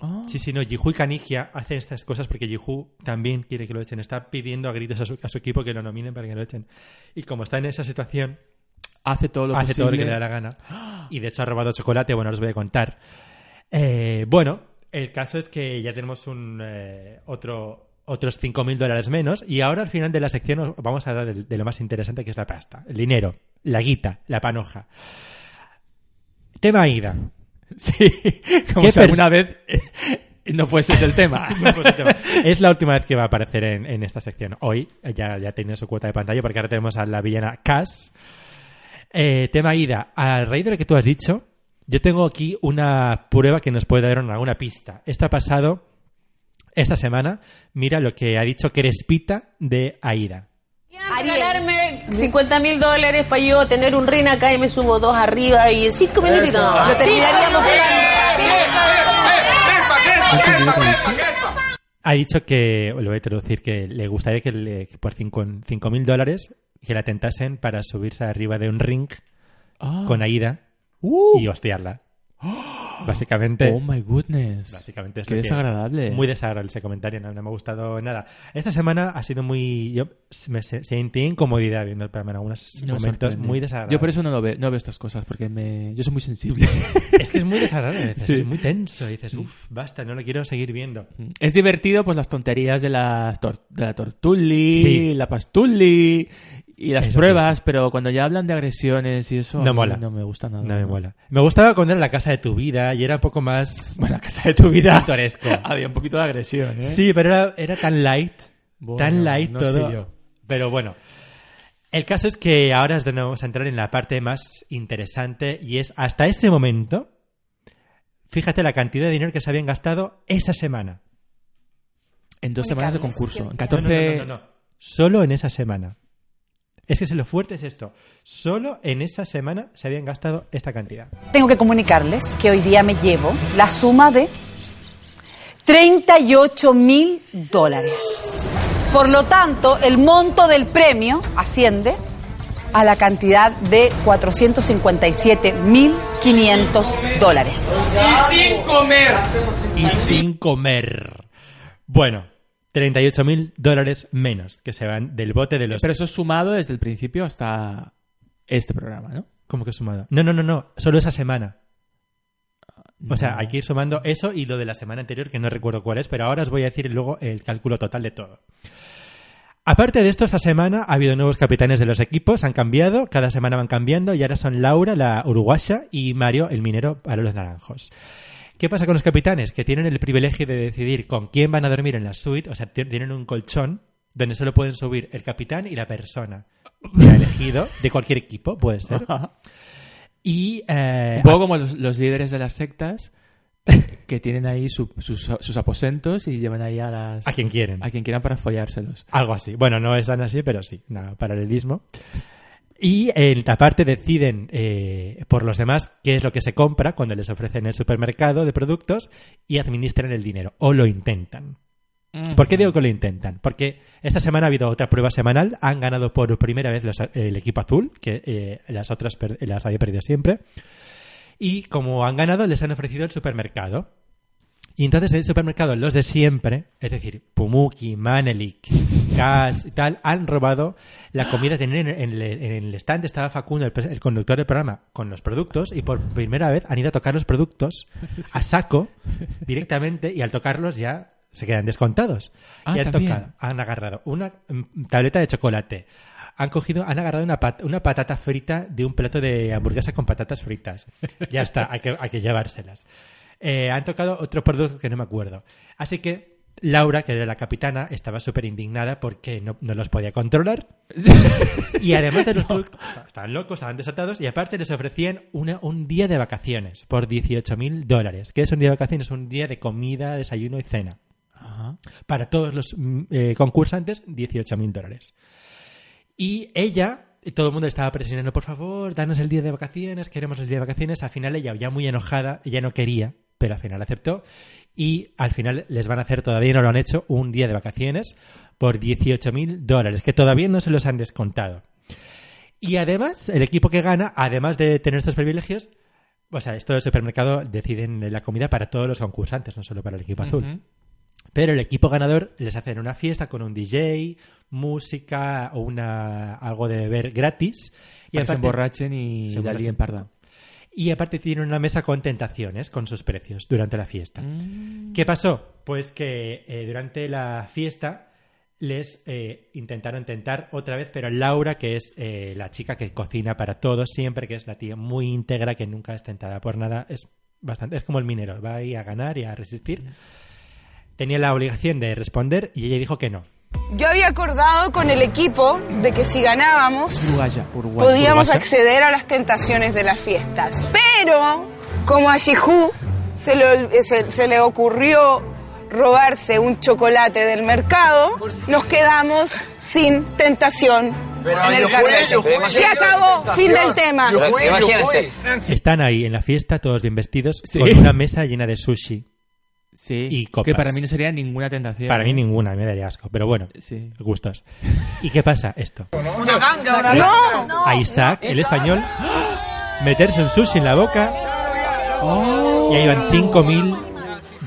Speaker 1: Ah.
Speaker 2: Sí, sí, no. Jihu y Canigia hacen estas cosas porque Jihu también quiere que lo echen. Está pidiendo a gritos a su, a su equipo que lo nominen para que lo echen. Y como está en esa situación,
Speaker 1: Hace todo lo
Speaker 2: hace
Speaker 1: posible.
Speaker 2: todo lo que le da la gana. Y de hecho ha robado chocolate, bueno, os voy a contar. Eh, bueno, el caso es que ya tenemos un eh, otro otros 5.000 dólares menos y ahora al final de la sección os vamos a hablar del- de, lo más interesante que es la pasta, el dinero, la guita, la panoja. Tema ida.
Speaker 1: Sí, como
Speaker 2: ¿Qué
Speaker 1: si
Speaker 2: pers-
Speaker 1: alguna vez eh, no fuese ese el tema.
Speaker 2: es la última vez que va a aparecer en, en esta sección. Hoy ya, ya tiene su cuota de pantalla porque ahora tenemos a la villana Cass. Eh, tema Ida, al raíz de lo que tú has dicho, yo tengo aquí una prueba que nos puede dar una- alguna pista. Esto ha pasado esta semana. Mira lo que ha dicho Crespita de Aida.
Speaker 5: Regalarme 50 mil dólares para yo tener un rin acá y me subo dos arriba y en cinco minutitos.
Speaker 6: Lo terminaríamos
Speaker 10: eh,
Speaker 2: Ha dicho que, lo voy a traducir, que le gustaría que, le- que por cinco- 5.000 dólares que la tentasen para subirse arriba de un ring
Speaker 1: Ah.
Speaker 2: con Aida
Speaker 1: Uh,
Speaker 2: y hostiarla. Básicamente,
Speaker 1: oh my goodness.
Speaker 2: Básicamente es
Speaker 1: Qué
Speaker 2: lo que-
Speaker 1: desagradable.
Speaker 2: muy desagradable ese comentario, no, no me ha gustado nada. Esta semana ha sido muy... Yo me se- sentí incomodidad viendo el programa en algunos
Speaker 1: No me
Speaker 2: momentos
Speaker 1: sorprende.
Speaker 2: muy desagradables.
Speaker 1: Yo por eso no, lo veo, no veo estas cosas, porque me, yo soy muy sensible.
Speaker 2: Es que es muy desagradable, a veces,
Speaker 1: Sí.
Speaker 2: es muy tenso. Y dices, uff, basta, no lo quiero seguir viendo.
Speaker 1: es divertido, pues las tonterías de la, tor- de la tortulli,
Speaker 2: Sí.
Speaker 1: la pastulli y las
Speaker 2: Eso
Speaker 1: pruebas, pero cuando ya hablan de agresiones y eso, a
Speaker 2: No
Speaker 1: mí
Speaker 2: mola.
Speaker 1: no me gusta nada.
Speaker 2: No me mola. Me gustaba cuando era la casa de tu vida y era un poco más...
Speaker 1: Bueno, la casa de tu vida.
Speaker 2: Pintoresco.
Speaker 1: Había un poquito de agresión, ¿eh?
Speaker 2: Ah, Sí, pero era, era tan light.
Speaker 1: Bueno,
Speaker 2: tan light
Speaker 1: no
Speaker 2: todo.
Speaker 1: sé yo.
Speaker 2: Pero bueno. El caso es que ahora es donde vamos a entrar en la parte más interesante y es hasta ese momento. Fíjate la cantidad de dinero que se habían gastado esa semana.
Speaker 1: En dos semanas de concurso. En 14.
Speaker 2: No, no, no, no, no. Solo en esa semana. Es que se lo fuerte es esto. Solo en esa semana se habían gastado esta cantidad.
Speaker 11: Tengo que comunicarles que hoy día me llevo la suma de 38 mil dólares. Por lo tanto, el monto del premio asciende a la cantidad de 457.500 dólares.
Speaker 2: Y sin comer. Y sin comer. Bueno, 38.000 dólares menos que se van del bote de los...
Speaker 1: Pero eso es sumado desde el principio hasta este programa, ¿no?
Speaker 2: ¿Cómo que sumado? No, no, no, no. Solo esa semana. O sea, hay que ir sumando eso y lo de la semana anterior, que no recuerdo cuál es, pero ahora os voy a decir luego el cálculo total de todo. Aparte de esto, esta semana ha habido nuevos capitanes de los equipos, han cambiado, cada semana van cambiando y ahora son Laura, la uruguaya, y Mario, el minero, para los naranjos. ¿Qué pasa con los capitanes? Que tienen el privilegio de decidir con quién van a dormir en la suite, o sea, ti- tienen un colchón donde solo pueden subir el capitán y la persona que ha elegido, de cualquier equipo, puede ser. Y. eh,
Speaker 1: Un poco como los, los líderes de las sectas que tienen ahí su- sus, sus aposentos y llevan ahí a las...
Speaker 2: A quien quieren.
Speaker 1: A quien quieran para follárselos.
Speaker 2: Algo así. Bueno, no es tan así, pero sí, nada, paralelismo. Y en la parte deciden eh, por los demás qué es lo que se compra cuando les ofrecen el supermercado de productos y administran el dinero, o lo intentan. ¿Por qué digo que lo intentan? Porque esta semana ha habido otra prueba semanal, han ganado por primera vez los- el equipo azul, que eh, las otras per- las había perdido siempre, y como han ganado les han ofrecido el supermercado. Y entonces en el supermercado los de siempre, es decir, Pumuki, Manelik, Cas y tal, han robado la comida. Tenían En, en el- en el stand estaba Facundo, el, pre- el conductor del programa, con los productos y por primera vez han ido a tocar los productos a saco directamente y al tocarlos ya se quedan descontados.
Speaker 1: Ah,
Speaker 2: y han
Speaker 1: también.
Speaker 2: tocado, han agarrado una mm, tableta de chocolate. Han cogido, han agarrado una, pat- una patata frita de un plato de hamburguesa con patatas fritas. Ya está, hay que, hay que llevárselas. Eh, han tocado otros productos que no me acuerdo. Así que Laura, que era la capitana, estaba súper indignada porque no, no los podía controlar. y además de los productos, estaban locos, estaban desatados y aparte les ofrecían una, un día de vacaciones por 18 mil dólares. ¿Qué es un día de vacaciones? Un día de comida, desayuno y cena. Para todos los mm, eh, concursantes, 18 mil dólares. Y ella, todo el mundo le estaba presionando, por favor, danos el día de vacaciones, queremos el día de vacaciones. Al final ella, ya muy enojada, ella no quería, pero al final aceptó. Y al final les van a hacer, todavía no lo han hecho, un día de vacaciones por 18 mil dólares, que todavía no se los han descontado. Y además, el equipo que gana, además de tener estos privilegios, o sea, esto del supermercado deciden la comida para todos los concursantes, no solo para el equipo azul. Pero el equipo ganador les hacen una fiesta con un DJ, música o una, algo de beber gratis.
Speaker 1: Y se emborrachen y
Speaker 2: se
Speaker 1: la
Speaker 2: emborrachan.
Speaker 1: líen parda.
Speaker 2: Y aparte tienen una mesa con tentaciones, con sus precios, durante la fiesta.
Speaker 1: Mm.
Speaker 2: ¿Qué pasó? Pues que eh, durante la fiesta les eh, intentaron tentar otra vez, pero Laura, que es eh, la chica que cocina para todos siempre, que es la tía muy íntegra, que nunca es tentada por nada, es bastante, es como el minero, va ahí a ganar y a resistir.
Speaker 1: Mm.
Speaker 2: Tenía la obligación de responder y ella dijo que no.
Speaker 12: Yo había acordado con el equipo de que si ganábamos
Speaker 1: Uruguaya, Uruguaya.
Speaker 12: podíamos
Speaker 1: Uruguaya.
Speaker 12: acceder a las tentaciones de las fiestas. Pero como a Shihu se, lo- eh, se- se le ocurrió robarse un chocolate del mercado, nos quedamos sin tentación.
Speaker 10: Pero
Speaker 12: en el
Speaker 10: yo fui,
Speaker 12: cartel.
Speaker 10: yo fui.
Speaker 12: Se acabó, fin del tema.
Speaker 10: Yo fui, yo
Speaker 12: Imagínense.
Speaker 2: Están ahí en la fiesta, todos bien vestidos, con una mesa llena de sushi.
Speaker 1: Sí.
Speaker 2: Y copas.
Speaker 1: Que para mí no sería ninguna tentación.
Speaker 2: Para mí
Speaker 1: ¿no?
Speaker 2: ninguna, me daría asco. Pero bueno, gustos. ¿Y qué pasa? Esto.
Speaker 10: Una ganga, una
Speaker 12: No.
Speaker 2: a Isaac, el español, ¡ah! meterse un sushi en la boca. Y ahí van 5.000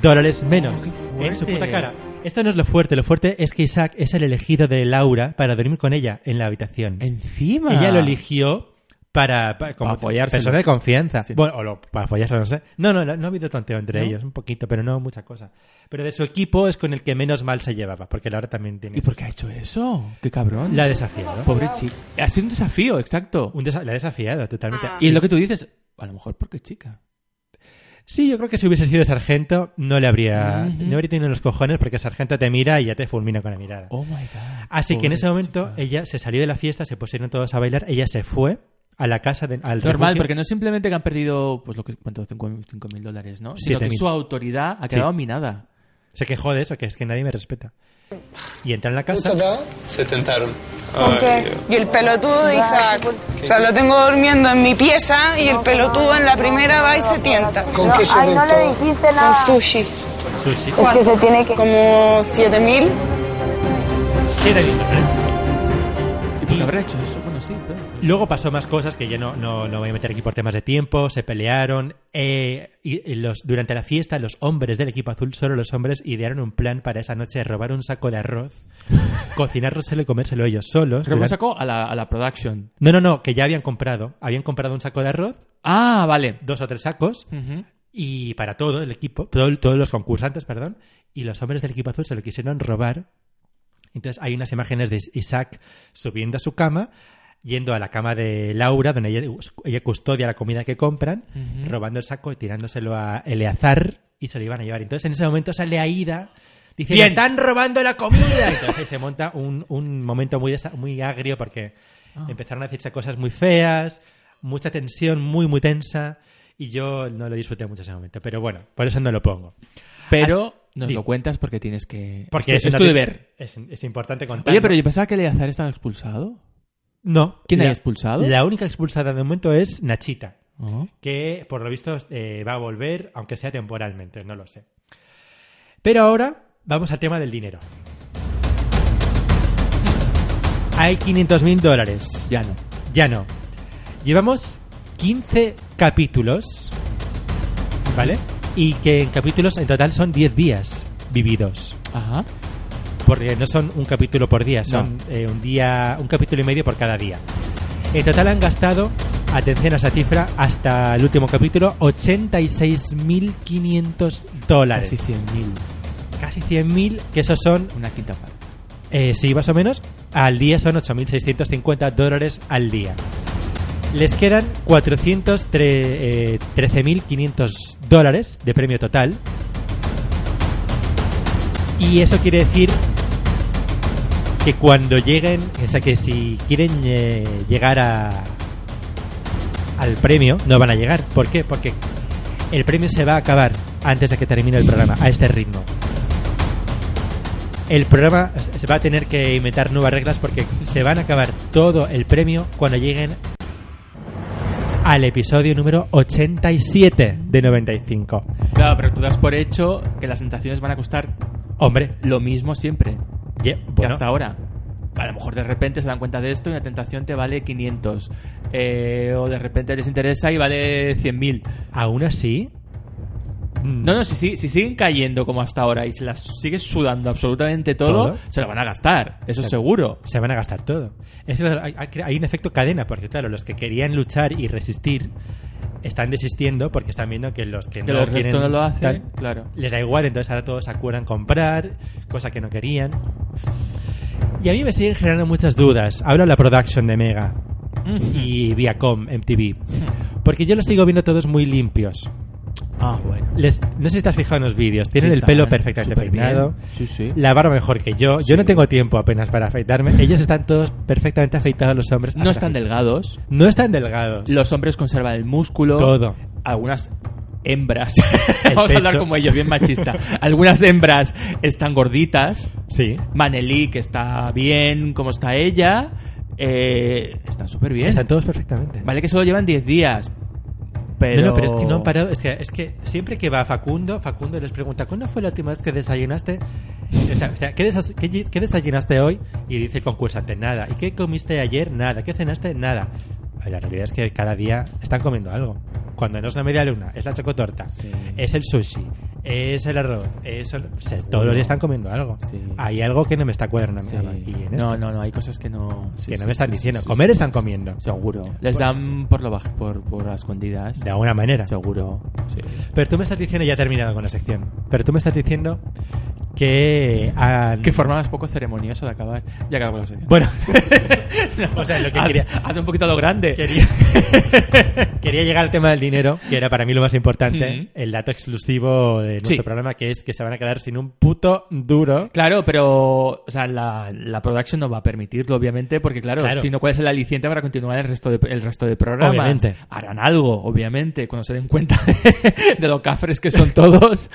Speaker 2: dólares menos ¿eh? en su puta cara. Esto no es lo fuerte, lo fuerte es que Isaac es el elegido de Laura para dormir con ella en la habitación.
Speaker 1: Encima.
Speaker 2: Ella lo eligió para, para- como
Speaker 1: Para follárselo.
Speaker 2: persona de confianza.
Speaker 1: Sí.
Speaker 2: Bueno, o lo- para follarse, no sé. No, no, no, no ha habido tonteo entre
Speaker 1: ¿No?
Speaker 2: ellos, un poquito, pero no mucha cosa. Pero de su equipo es con el que menos mal se llevaba, porque Laura también tiene...
Speaker 1: ¿Y por qué ha hecho eso? Qué cabrón.
Speaker 2: La ha desafiado.
Speaker 1: Pobre chica. Ha sido un desafío, exacto.
Speaker 2: Un desa- la ha desafiado totalmente.
Speaker 1: Y es lo que tú dices. A lo mejor porque es chica.
Speaker 2: Sí, yo creo que si hubiese sido sargento no le habría,
Speaker 1: Ujú.
Speaker 2: no habría tenido los cojones porque sargento te mira y ya te fulmina con la mirada.
Speaker 1: Oh my god.
Speaker 2: Así que en
Speaker 1: Pobre
Speaker 2: ese momento ella se salió de la fiesta, se pusieron todos a bailar, ella se fue a la casa de, al
Speaker 1: Normal,
Speaker 2: refugio.
Speaker 1: porque no es simplemente que han perdido, pues lo que cuánto, cinco mil dólares, ¿no? Sino que
Speaker 2: 7.000.
Speaker 1: su autoridad ha quedado
Speaker 2: Sí.
Speaker 1: minada.
Speaker 2: se quejó de eso, que es que nadie me respeta. Y entra en la casa.
Speaker 13: Se tentaron.
Speaker 12: ¿Con qué? Y el pelotudo de Isaac. O sea, lo tengo durmiendo en mi pieza y el pelotudo en la primera va y se tienta.
Speaker 13: ¿Con qué se Ay, no le tentó?
Speaker 12: dijiste nada. Con sushi.
Speaker 2: Sushi.
Speaker 12: ¿Cuánto? Como 7000.
Speaker 2: 7 mil dólares.
Speaker 1: ¿Y por qué habrá hecho eso? Bueno, sí, claro.
Speaker 2: Luego pasó más cosas que yo no, no, no voy a meter aquí por temas de tiempo, se pelearon. eh, y y los, durante la fiesta, los hombres del equipo azul, solo los hombres, idearon un plan para esa noche: robar un saco de arroz, cocinárselo y comérselo ellos solos.
Speaker 1: Pero me
Speaker 2: durante-
Speaker 1: sacó a la, a la production.
Speaker 2: No, no, no, que ya habían comprado. Habían comprado un saco de arroz.
Speaker 1: Ah, vale.
Speaker 2: Dos o tres sacos.
Speaker 1: Ujú.
Speaker 2: Y para todo el equipo, todo- todos los concursantes, perdón. Y los hombres del equipo azul se lo quisieron robar. Entonces hay unas imágenes de Isaac subiendo a su cama, yendo a la cama de Laura, donde ella, ella custodia la comida que compran,
Speaker 1: Ujú.
Speaker 2: robando el saco y tirándoselo a Eleazar y se lo iban a llevar. Entonces en ese momento sale Aida diciendo,
Speaker 1: Bien.
Speaker 2: están robando la comida. Entonces ahí se monta un, un momento muy, desa- muy agrio porque
Speaker 1: Ah.
Speaker 2: empezaron a decirse cosas muy feas, mucha tensión muy, muy tensa. Y yo no lo disfruté mucho ese momento. Pero bueno, por eso no lo pongo.
Speaker 1: Pero
Speaker 2: Así-
Speaker 1: nos
Speaker 2: di-
Speaker 1: lo cuentas porque tienes que.
Speaker 2: Porque
Speaker 1: es,
Speaker 2: es
Speaker 1: es
Speaker 2: una
Speaker 1: tu
Speaker 2: te-
Speaker 1: deber.
Speaker 2: es- es importante contarlo.
Speaker 1: Oye, pero yo pensaba que Leazar estaba expulsado.
Speaker 2: No.
Speaker 1: ¿Quién
Speaker 2: La-
Speaker 1: hay expulsado?
Speaker 2: La única expulsada de momento es Nachita,
Speaker 1: Oh.
Speaker 2: que por lo visto eh, va a volver, aunque sea temporalmente, no lo sé. Pero ahora vamos al tema del dinero. Hay 500 mil dólares.
Speaker 1: Ya no.
Speaker 2: Ya no. Llevamos 15 capítulos, ¿vale? Y que en capítulos en total son 10 días vividos.
Speaker 1: Ajá.
Speaker 2: Porque no son un capítulo por día, son eh, un día, un capítulo y medio por cada día. En total han gastado, atención a esa cifra, hasta el último capítulo, 86.500 dólares.
Speaker 1: Casi 100.000.
Speaker 2: Casi 100.000, que esos son,
Speaker 1: Una quinta parte.
Speaker 2: eh, sí, más o menos, al día son 8.650 dólares al día. Les quedan eh, 413.500 dólares de premio total. Y eso quiere decir que cuando lleguen, o sea, que si quieren eh, llegar a, al premio, no van a llegar. ¿Por qué? Porque el premio se va a acabar antes de que termine el programa, a este ritmo. El programa se va a tener que inventar nuevas reglas porque se van a acabar todo el premio cuando lleguen al episodio número 87 de 95.
Speaker 1: Claro, pero tú das por hecho que las tentaciones van a costar
Speaker 2: Hombre,
Speaker 1: lo mismo siempre
Speaker 2: Ye-
Speaker 1: que
Speaker 2: bueno,
Speaker 1: hasta ahora. A lo mejor de repente se dan cuenta de esto y una tentación te vale 500. Eh, o de repente les interesa y vale 100.000.
Speaker 2: aún así, mm,
Speaker 1: No, no, si, si, si siguen cayendo como hasta ahora y se las sigue sudando absolutamente todo,
Speaker 2: ¿Todo?
Speaker 1: se lo van a gastar. Eso
Speaker 2: Exacto.
Speaker 1: seguro.
Speaker 2: se van a gastar todo. Es que, claro, hay, hay- hay un efecto cadena, porque claro, los que querían luchar y resistir están desistiendo porque están viendo que los que,
Speaker 1: Que
Speaker 2: no
Speaker 1: los resto
Speaker 2: quieren
Speaker 1: no lo hacen,
Speaker 2: tal,
Speaker 1: claro.
Speaker 2: les da igual, entonces ahora todos acuerdan comprar, cosa que no querían. Y a mí me siguen generando muchas dudas. Hablo de la production de Mega y Viacom, MTV. Porque yo los sigo viendo todos muy limpios.
Speaker 1: Ah, bueno.
Speaker 2: Les- no sé si te has fijado en los vídeos. Tienen
Speaker 1: Sí,
Speaker 2: el pelo
Speaker 1: están
Speaker 2: perfectamente
Speaker 1: superbién.
Speaker 2: peinado.
Speaker 1: Sí, sí.
Speaker 2: La barba mejor que yo. Yo no tengo tiempo apenas para afeitarme. Ellos están todos perfectamente afeitados, los hombres.
Speaker 1: No están
Speaker 2: delgados.
Speaker 1: delgados.
Speaker 2: No están delgados.
Speaker 1: Los hombres conservan el músculo.
Speaker 2: Todo.
Speaker 1: Algunas hembras.
Speaker 2: El
Speaker 1: Vamos a hablar
Speaker 2: pecho.
Speaker 1: como ellos, bien machista. Algunas hembras están gorditas.
Speaker 2: Sí.
Speaker 1: Manelí, que está bien como está ella. Eh, están súper bien.
Speaker 2: Están todos perfectamente.
Speaker 1: Vale que solo llevan 10 días. Pero...
Speaker 2: No, no, pero es que no han parado. Es que, es que siempre que va Facundo, Facundo les pregunta, ¿cuándo fue la última vez que desayunaste? O sea, o sea, ¿qué, desas- qué- qué desayunaste hoy? Y dice el concursante, nada. ¿Y qué comiste ayer? Nada. ¿Qué cenaste? Nada. Ay, La realidad es que cada día están comiendo algo. Cuando no es la media luna, es la chocotorta,
Speaker 1: Eh,
Speaker 2: es el sushi, es el arroz, es el- o sea, todos los días están comiendo algo.
Speaker 1: Sí.
Speaker 2: Hay algo que no me está cuadrando.
Speaker 1: Sí.
Speaker 2: aquí en esto.
Speaker 1: No, no, no, hay cosas que no... sí,
Speaker 2: que no
Speaker 1: sí,
Speaker 2: me están
Speaker 1: sí,
Speaker 2: diciendo.
Speaker 1: sí, sí,
Speaker 2: Comer
Speaker 1: sí,
Speaker 2: están
Speaker 1: sí.
Speaker 2: comiendo.
Speaker 1: Seguro. Les dan por lo bajo, por, por las escondidas.
Speaker 2: De alguna manera.
Speaker 1: Seguro. Sí.
Speaker 2: Pero tú me estás diciendo, ya he terminado con la sección, pero tú me estás diciendo que han...
Speaker 1: Que forma más poco ceremoniosa de acabar. Ya acabamos la sección.
Speaker 2: Bueno, o sea, lo que
Speaker 1: Haz-
Speaker 2: quería...
Speaker 1: haz un poquito a lo grande.
Speaker 2: Quería, quería llegar al tema del dinero, que era para mí lo más importante,
Speaker 1: Ujú.
Speaker 2: el dato exclusivo de nuestro
Speaker 1: Sí.
Speaker 2: programa, que es que se van a quedar sin un puto duro.
Speaker 1: Claro, pero o sea, la, la production no va a permitirlo, obviamente, porque claro,
Speaker 2: Claro.
Speaker 1: si no, ¿cuál es el aliciente para continuar el resto de, el resto de programas?
Speaker 2: Obviamente.
Speaker 1: Harán algo, obviamente, cuando se den cuenta de, de lo cafres que son todos.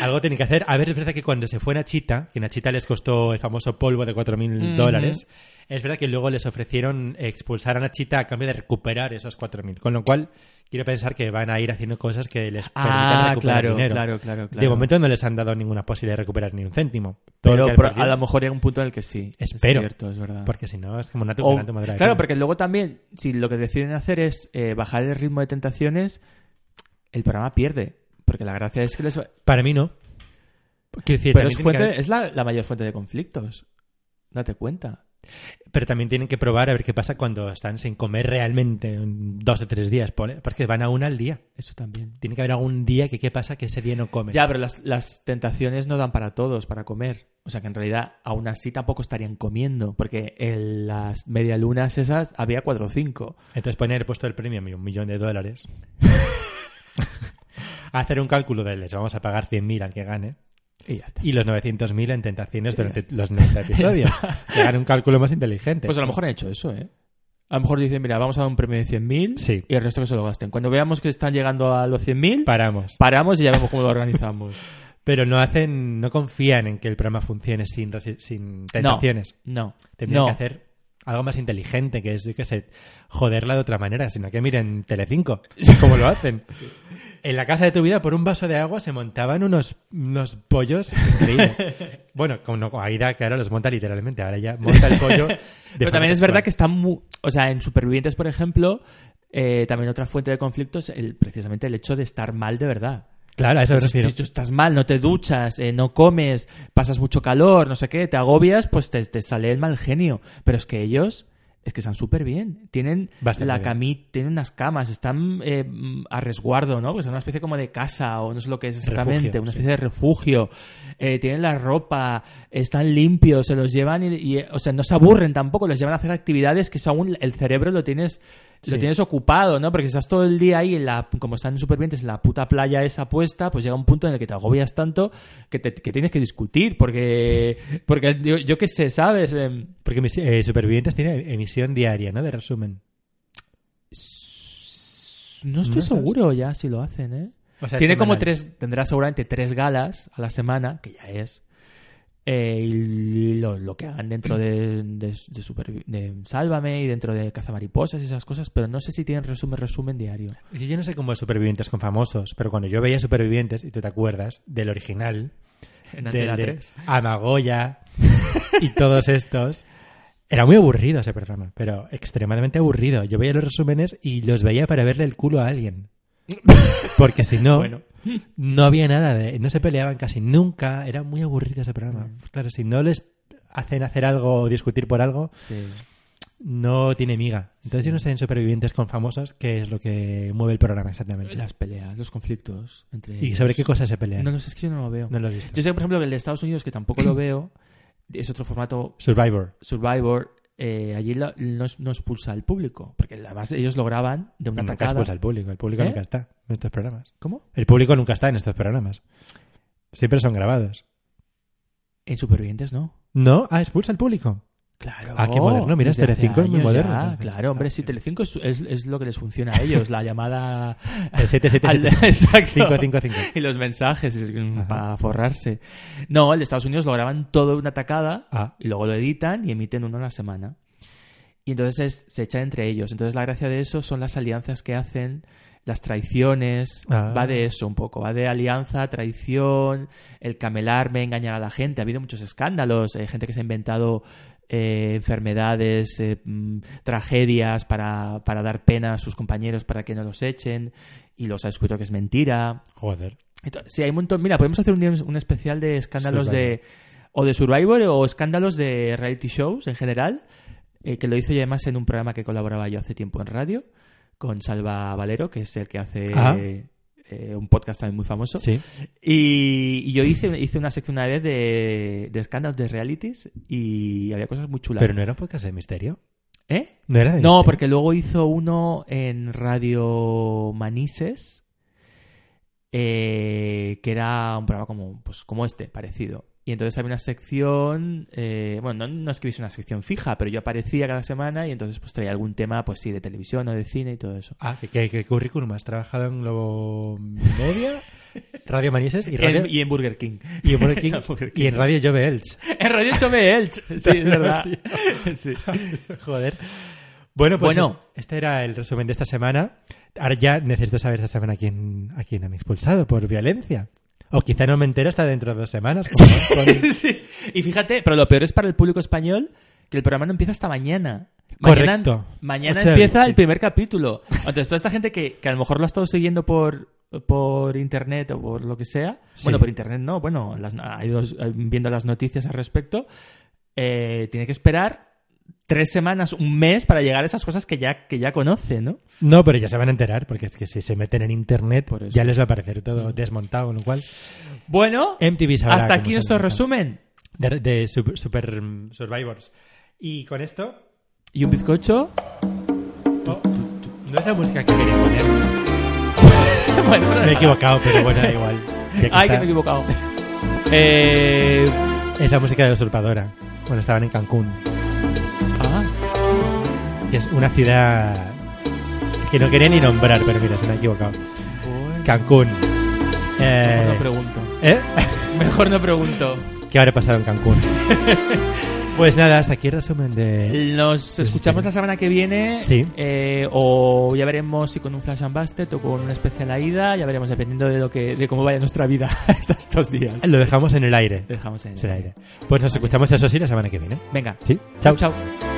Speaker 2: Algo tienen que hacer. A ver, es verdad que cuando se fue Nachita, que Nachita les costó el famoso polvo de 4.000
Speaker 1: Ujú.
Speaker 2: dólares, Es verdad que luego les ofrecieron expulsar a Nachita a cambio de recuperar esos 4.000. Con lo cual, quiero pensar que van a ir haciendo cosas que les permitan
Speaker 1: Ah,
Speaker 2: recuperar
Speaker 1: claro,
Speaker 2: dinero.
Speaker 1: claro, claro, claro.
Speaker 2: De momento no les han dado ninguna posibilidad de recuperar ni un céntimo. Todo
Speaker 1: Pero,
Speaker 2: lo que
Speaker 1: pro-
Speaker 2: han
Speaker 1: a lo
Speaker 2: perdido.
Speaker 1: mejor llega un punto en el que sí.
Speaker 2: Espero.
Speaker 1: Es cierto, es verdad.
Speaker 2: Porque si no, es como una
Speaker 1: O-
Speaker 2: tucana, tu madre.
Speaker 1: Claro, porque luego también, si lo que deciden hacer es eh, bajar el ritmo de tentaciones, el programa pierde. Porque la gracia es que les va-
Speaker 2: Para mí no. Quiero decir,
Speaker 1: Pero
Speaker 2: también
Speaker 1: es,
Speaker 2: tienen
Speaker 1: fuente-
Speaker 2: que-
Speaker 1: es la, la mayor fuente de conflictos. Date cuenta.
Speaker 2: Pero también tienen que probar a ver qué pasa cuando están sin comer realmente en dos o tres días, pone. Porque van a una al día.
Speaker 1: Eso también.
Speaker 2: Tiene que haber algún día que qué pasa que ese día no comen.
Speaker 1: Ya, pero las, las tentaciones no dan para todos, para comer. O sea que en realidad, aún así tampoco estarían comiendo. Porque en las medialunas esas había cuatro o cinco.
Speaker 2: Entonces poner puesto el premio un millón de dólares. Hacer un cálculo de les vamos a pagar 100.000 al que gane.
Speaker 1: Y ya está.
Speaker 2: los 900.000 en tentaciones
Speaker 1: Ya
Speaker 2: durante
Speaker 1: está.
Speaker 2: los 90 episodios.
Speaker 1: Ya está.
Speaker 2: Que hagan un cálculo más inteligente.
Speaker 1: Pues a lo mejor han hecho eso, ¿eh? A lo mejor dicen, mira, vamos a dar un premio de 100.000 y el resto que se lo gasten. Cuando veamos que están llegando a los 100.000,
Speaker 2: paramos.
Speaker 1: Paramos y ya vemos cómo lo organizamos.
Speaker 2: Pero no hacen, no confían en que el programa funcione sin, resi- sin tentaciones.
Speaker 1: no,
Speaker 2: Tendrían
Speaker 1: no.
Speaker 2: que hacer algo más inteligente, que es, yo qué sé, joderla de otra manera, sino que miren Telecinco, como lo hacen. En la casa de tu vida, por un vaso de agua, se montaban unos, unos pollos increíbles. bueno, como no, Aida, que ahora los monta literalmente, ahora ya monta el pollo. de
Speaker 1: Pero
Speaker 2: forma
Speaker 1: también es
Speaker 2: textual.
Speaker 1: verdad que está muy... O sea, en Supervivientes, por ejemplo, eh, también otra fuente de conflictos el, precisamente el hecho de estar mal de verdad.
Speaker 2: Claro, a eso me
Speaker 1: Si-
Speaker 2: refiero.
Speaker 1: Si tú estás mal, no te duchas, eh, no comes, pasas mucho calor, no sé qué, te agobias, pues te, te sale el mal genio. Pero es que ellos... Es que están súper bien. Tienen
Speaker 2: Bastante
Speaker 1: la
Speaker 2: bien.
Speaker 1: camita, tienen unas camas, están eh, a resguardo, ¿no? Pues es una especie como de casa o no sé lo que es exactamente,
Speaker 2: Refugio,
Speaker 1: una
Speaker 2: sí.
Speaker 1: especie de refugio. Eh, tienen la ropa, están limpios, se los llevan y, y, eh, o sea, no se aburren tampoco, los llevan a hacer actividades que eso aún el cerebro lo tienes lo
Speaker 2: Sí.
Speaker 1: tienes ocupado, ¿no? Porque si estás todo el día ahí en la como están supervivientes en la puta playa esa puesta, pues llega un punto en el que te agobias tanto que, te- que tienes que discutir porque porque yo, yo qué sé, ¿sabes? Em,
Speaker 2: Porque mis- eh, Supervivientes tiene emisión diaria, ¿no? De resumen.
Speaker 1: No estoy
Speaker 2: ¿No sabes?
Speaker 1: seguro ya si lo hacen, ¿eh?
Speaker 2: O sea,
Speaker 1: Tiene
Speaker 2: semanal.
Speaker 1: como tres, tendrá seguramente tres galas a la semana, que ya es. eh, y lo, lo que hagan dentro de, de, de Supervi- de Sálvame y dentro de Cazamariposas y esas cosas, pero no sé si tienen resumen, resumen diario.
Speaker 2: Yo yo no sé cómo es Supervivientes con famosos, pero cuando yo veía Supervivientes, y tú te acuerdas, del original,
Speaker 1: En
Speaker 2: del
Speaker 1: Antena
Speaker 2: de
Speaker 1: 3.
Speaker 2: Amagoya y todos estos, era muy aburrido ese programa, pero extremadamente aburrido. Yo veía los resúmenes y los veía para verle el culo a alguien. Porque si no,
Speaker 1: Bueno.
Speaker 2: no había nada de... No se peleaban casi nunca, era muy aburrido ese
Speaker 1: Mm.
Speaker 2: programa. Pues Claro, si no les hacen hacer algo o discutir por algo, no tiene miga. Entonces
Speaker 1: Sí.
Speaker 2: yo no sé en Supervivientes con famosos qué es lo que mueve el programa exactamente.
Speaker 1: Las peleas, los conflictos entre
Speaker 2: ¿Y
Speaker 1: ellos.
Speaker 2: sobre qué cosas se pelean?
Speaker 1: No, no sé, es que yo no lo veo.
Speaker 2: No lo he visto.
Speaker 1: Yo sé, por ejemplo, que el de Estados Unidos, que tampoco lo veo, es otro formato...
Speaker 2: Survivor.
Speaker 1: Survivor. eh, allí lo- no, no expulsa al público, porque además ellos lo graban de una
Speaker 2: Nunca
Speaker 1: tacada.
Speaker 2: expulsa al público. El público
Speaker 1: ¿Eh?
Speaker 2: nunca está en estos programas.
Speaker 1: ¿Cómo?
Speaker 2: El público nunca está en estos programas. Siempre son grabados.
Speaker 1: En Supervivientes no.
Speaker 2: ¿No? Ah, expulsa al público.
Speaker 1: Claro.
Speaker 2: Ah, qué moderno. Mira,
Speaker 1: Desde hace
Speaker 2: Telecinco es muy
Speaker 1: años
Speaker 2: moderno.
Speaker 1: ya, claro, hombre, sí, Telecinco es, es, es lo que les funciona a ellos, la llamada...
Speaker 2: El 777.
Speaker 1: Al- Exacto.
Speaker 2: 555.
Speaker 1: Y los mensajes es- para forrarse. No, el de Estados Unidos lo graban todo de una tacada
Speaker 2: Ah.
Speaker 1: y luego lo editan y emiten uno a la semana. Y entonces es- se echan entre ellos. Entonces la gracia de eso son las alianzas que hacen, las traiciones.
Speaker 2: Ah.
Speaker 1: Va de eso un poco. Va de alianza, traición, el camelarme, engañar a la gente. Ha habido muchos escándalos. eh, gente que se ha inventado eh, enfermedades, eh, mm, tragedias para, para dar pena a sus compañeros para que no los echen. Y los ha descubierto que es mentira.
Speaker 2: Joder.
Speaker 1: Entonces, sí, hay un montón. Mira, podemos hacer un, día un especial de escándalos
Speaker 2: Survivor.
Speaker 1: de. o de Survivor o escándalos de reality shows en general. eh, que lo hizo ya además en un programa que colaboraba yo hace tiempo en radio. Con Salva Valero, que es el que hace.
Speaker 2: Ah.
Speaker 1: eh, eh, un podcast también muy famoso.
Speaker 2: Sí.
Speaker 1: Y, y yo hice, hice una sección una vez de, de escándalos de realities y había cosas muy chulas.
Speaker 2: Pero no era un podcast de misterio.
Speaker 1: ¿Eh?
Speaker 2: No era de
Speaker 1: No,
Speaker 2: misterio.
Speaker 1: porque luego hizo uno en Radio Manises, eh, que era un programa como, pues, como este, parecido. Y entonces había una sección, eh, bueno, no, no es que hubiese una sección fija, pero yo aparecía cada semana y entonces pues traía algún tema, pues sí, de televisión o de cine y todo eso.
Speaker 2: Ah, ¿qué, qué, qué currículum? ¿Has trabajado en Globo Media? Radio Manises y
Speaker 1: En-
Speaker 2: Radio...
Speaker 1: y en Burger King.
Speaker 2: Y en Burger King.
Speaker 1: Burger
Speaker 2: y en Radio Jove Elch.
Speaker 1: En Radio Chome Elch. Sí, es verdad. Sí.
Speaker 2: Joder. Bueno, pues
Speaker 1: Bueno.
Speaker 2: es- este era el resumen de esta semana. Ahora ya necesito saber esta semana a quién, a quién han expulsado por violencia. O quizá no me entero hasta dentro de dos semanas. como con-
Speaker 1: Sí. Y fíjate, pero lo peor es para el público español que el programa no empieza hasta mañana. Mañana-
Speaker 2: Correcto.
Speaker 1: Mañana
Speaker 2: O sea,
Speaker 1: empieza
Speaker 2: sí.
Speaker 1: el primer capítulo. Entonces, toda esta gente que, que a lo mejor lo ha estado siguiendo por, por internet o por lo que sea.
Speaker 2: Sí.
Speaker 1: Bueno, por internet no, bueno, las- ha ido eh, viendo las noticias al respecto. eh, tiene que esperar tres semanas, un mes para llegar a esas cosas que ya, que ya conoce, ¿no?
Speaker 2: No, pero ya se van a enterar, porque es que si se meten en internet,
Speaker 1: eso.
Speaker 2: ya les va a aparecer todo desmontado, lo cual.
Speaker 1: Bueno,
Speaker 2: MTV sabrá
Speaker 1: hasta
Speaker 2: cómo
Speaker 1: aquí
Speaker 2: se
Speaker 1: nuestro
Speaker 2: monta.
Speaker 1: resumen.
Speaker 2: De, de sup- super, mm, Survivors. Y con esto, oh,
Speaker 1: Y un bizcocho.
Speaker 2: no es la música que quería poner.
Speaker 1: Bueno,
Speaker 2: me he equivocado, pero bueno, da igual. Ya
Speaker 1: Ay,
Speaker 2: está.
Speaker 1: que me he equivocado. Eh,
Speaker 2: Es la música de la usurpadora, cuando estaban en Cancún.
Speaker 1: Ah.
Speaker 2: Que es una ciudad que no quería ni nombrar, pero mira, se me ha equivocado.
Speaker 1: Bueno.
Speaker 2: Cancún. Eh,
Speaker 1: Mejor no pregunto.
Speaker 2: ¿Eh?
Speaker 1: Mejor no pregunto.
Speaker 2: ¿Qué habrá pasado en Cancún? pues nada, hasta aquí el resumen de...
Speaker 1: Nos escuchamos la semana que viene.
Speaker 2: Sí.
Speaker 1: eh, o ya veremos si con un Flash and Busted o con una especial a ida. Ya veremos dependiendo de lo que de cómo vaya nuestra vida estos estos días.
Speaker 2: Lo dejamos en el aire.
Speaker 1: Lo dejamos en el
Speaker 2: Pues nos escuchamos eso sí la semana que viene.
Speaker 1: Venga.
Speaker 2: Sí.
Speaker 1: Chao,
Speaker 2: Chao.
Speaker 1: chao.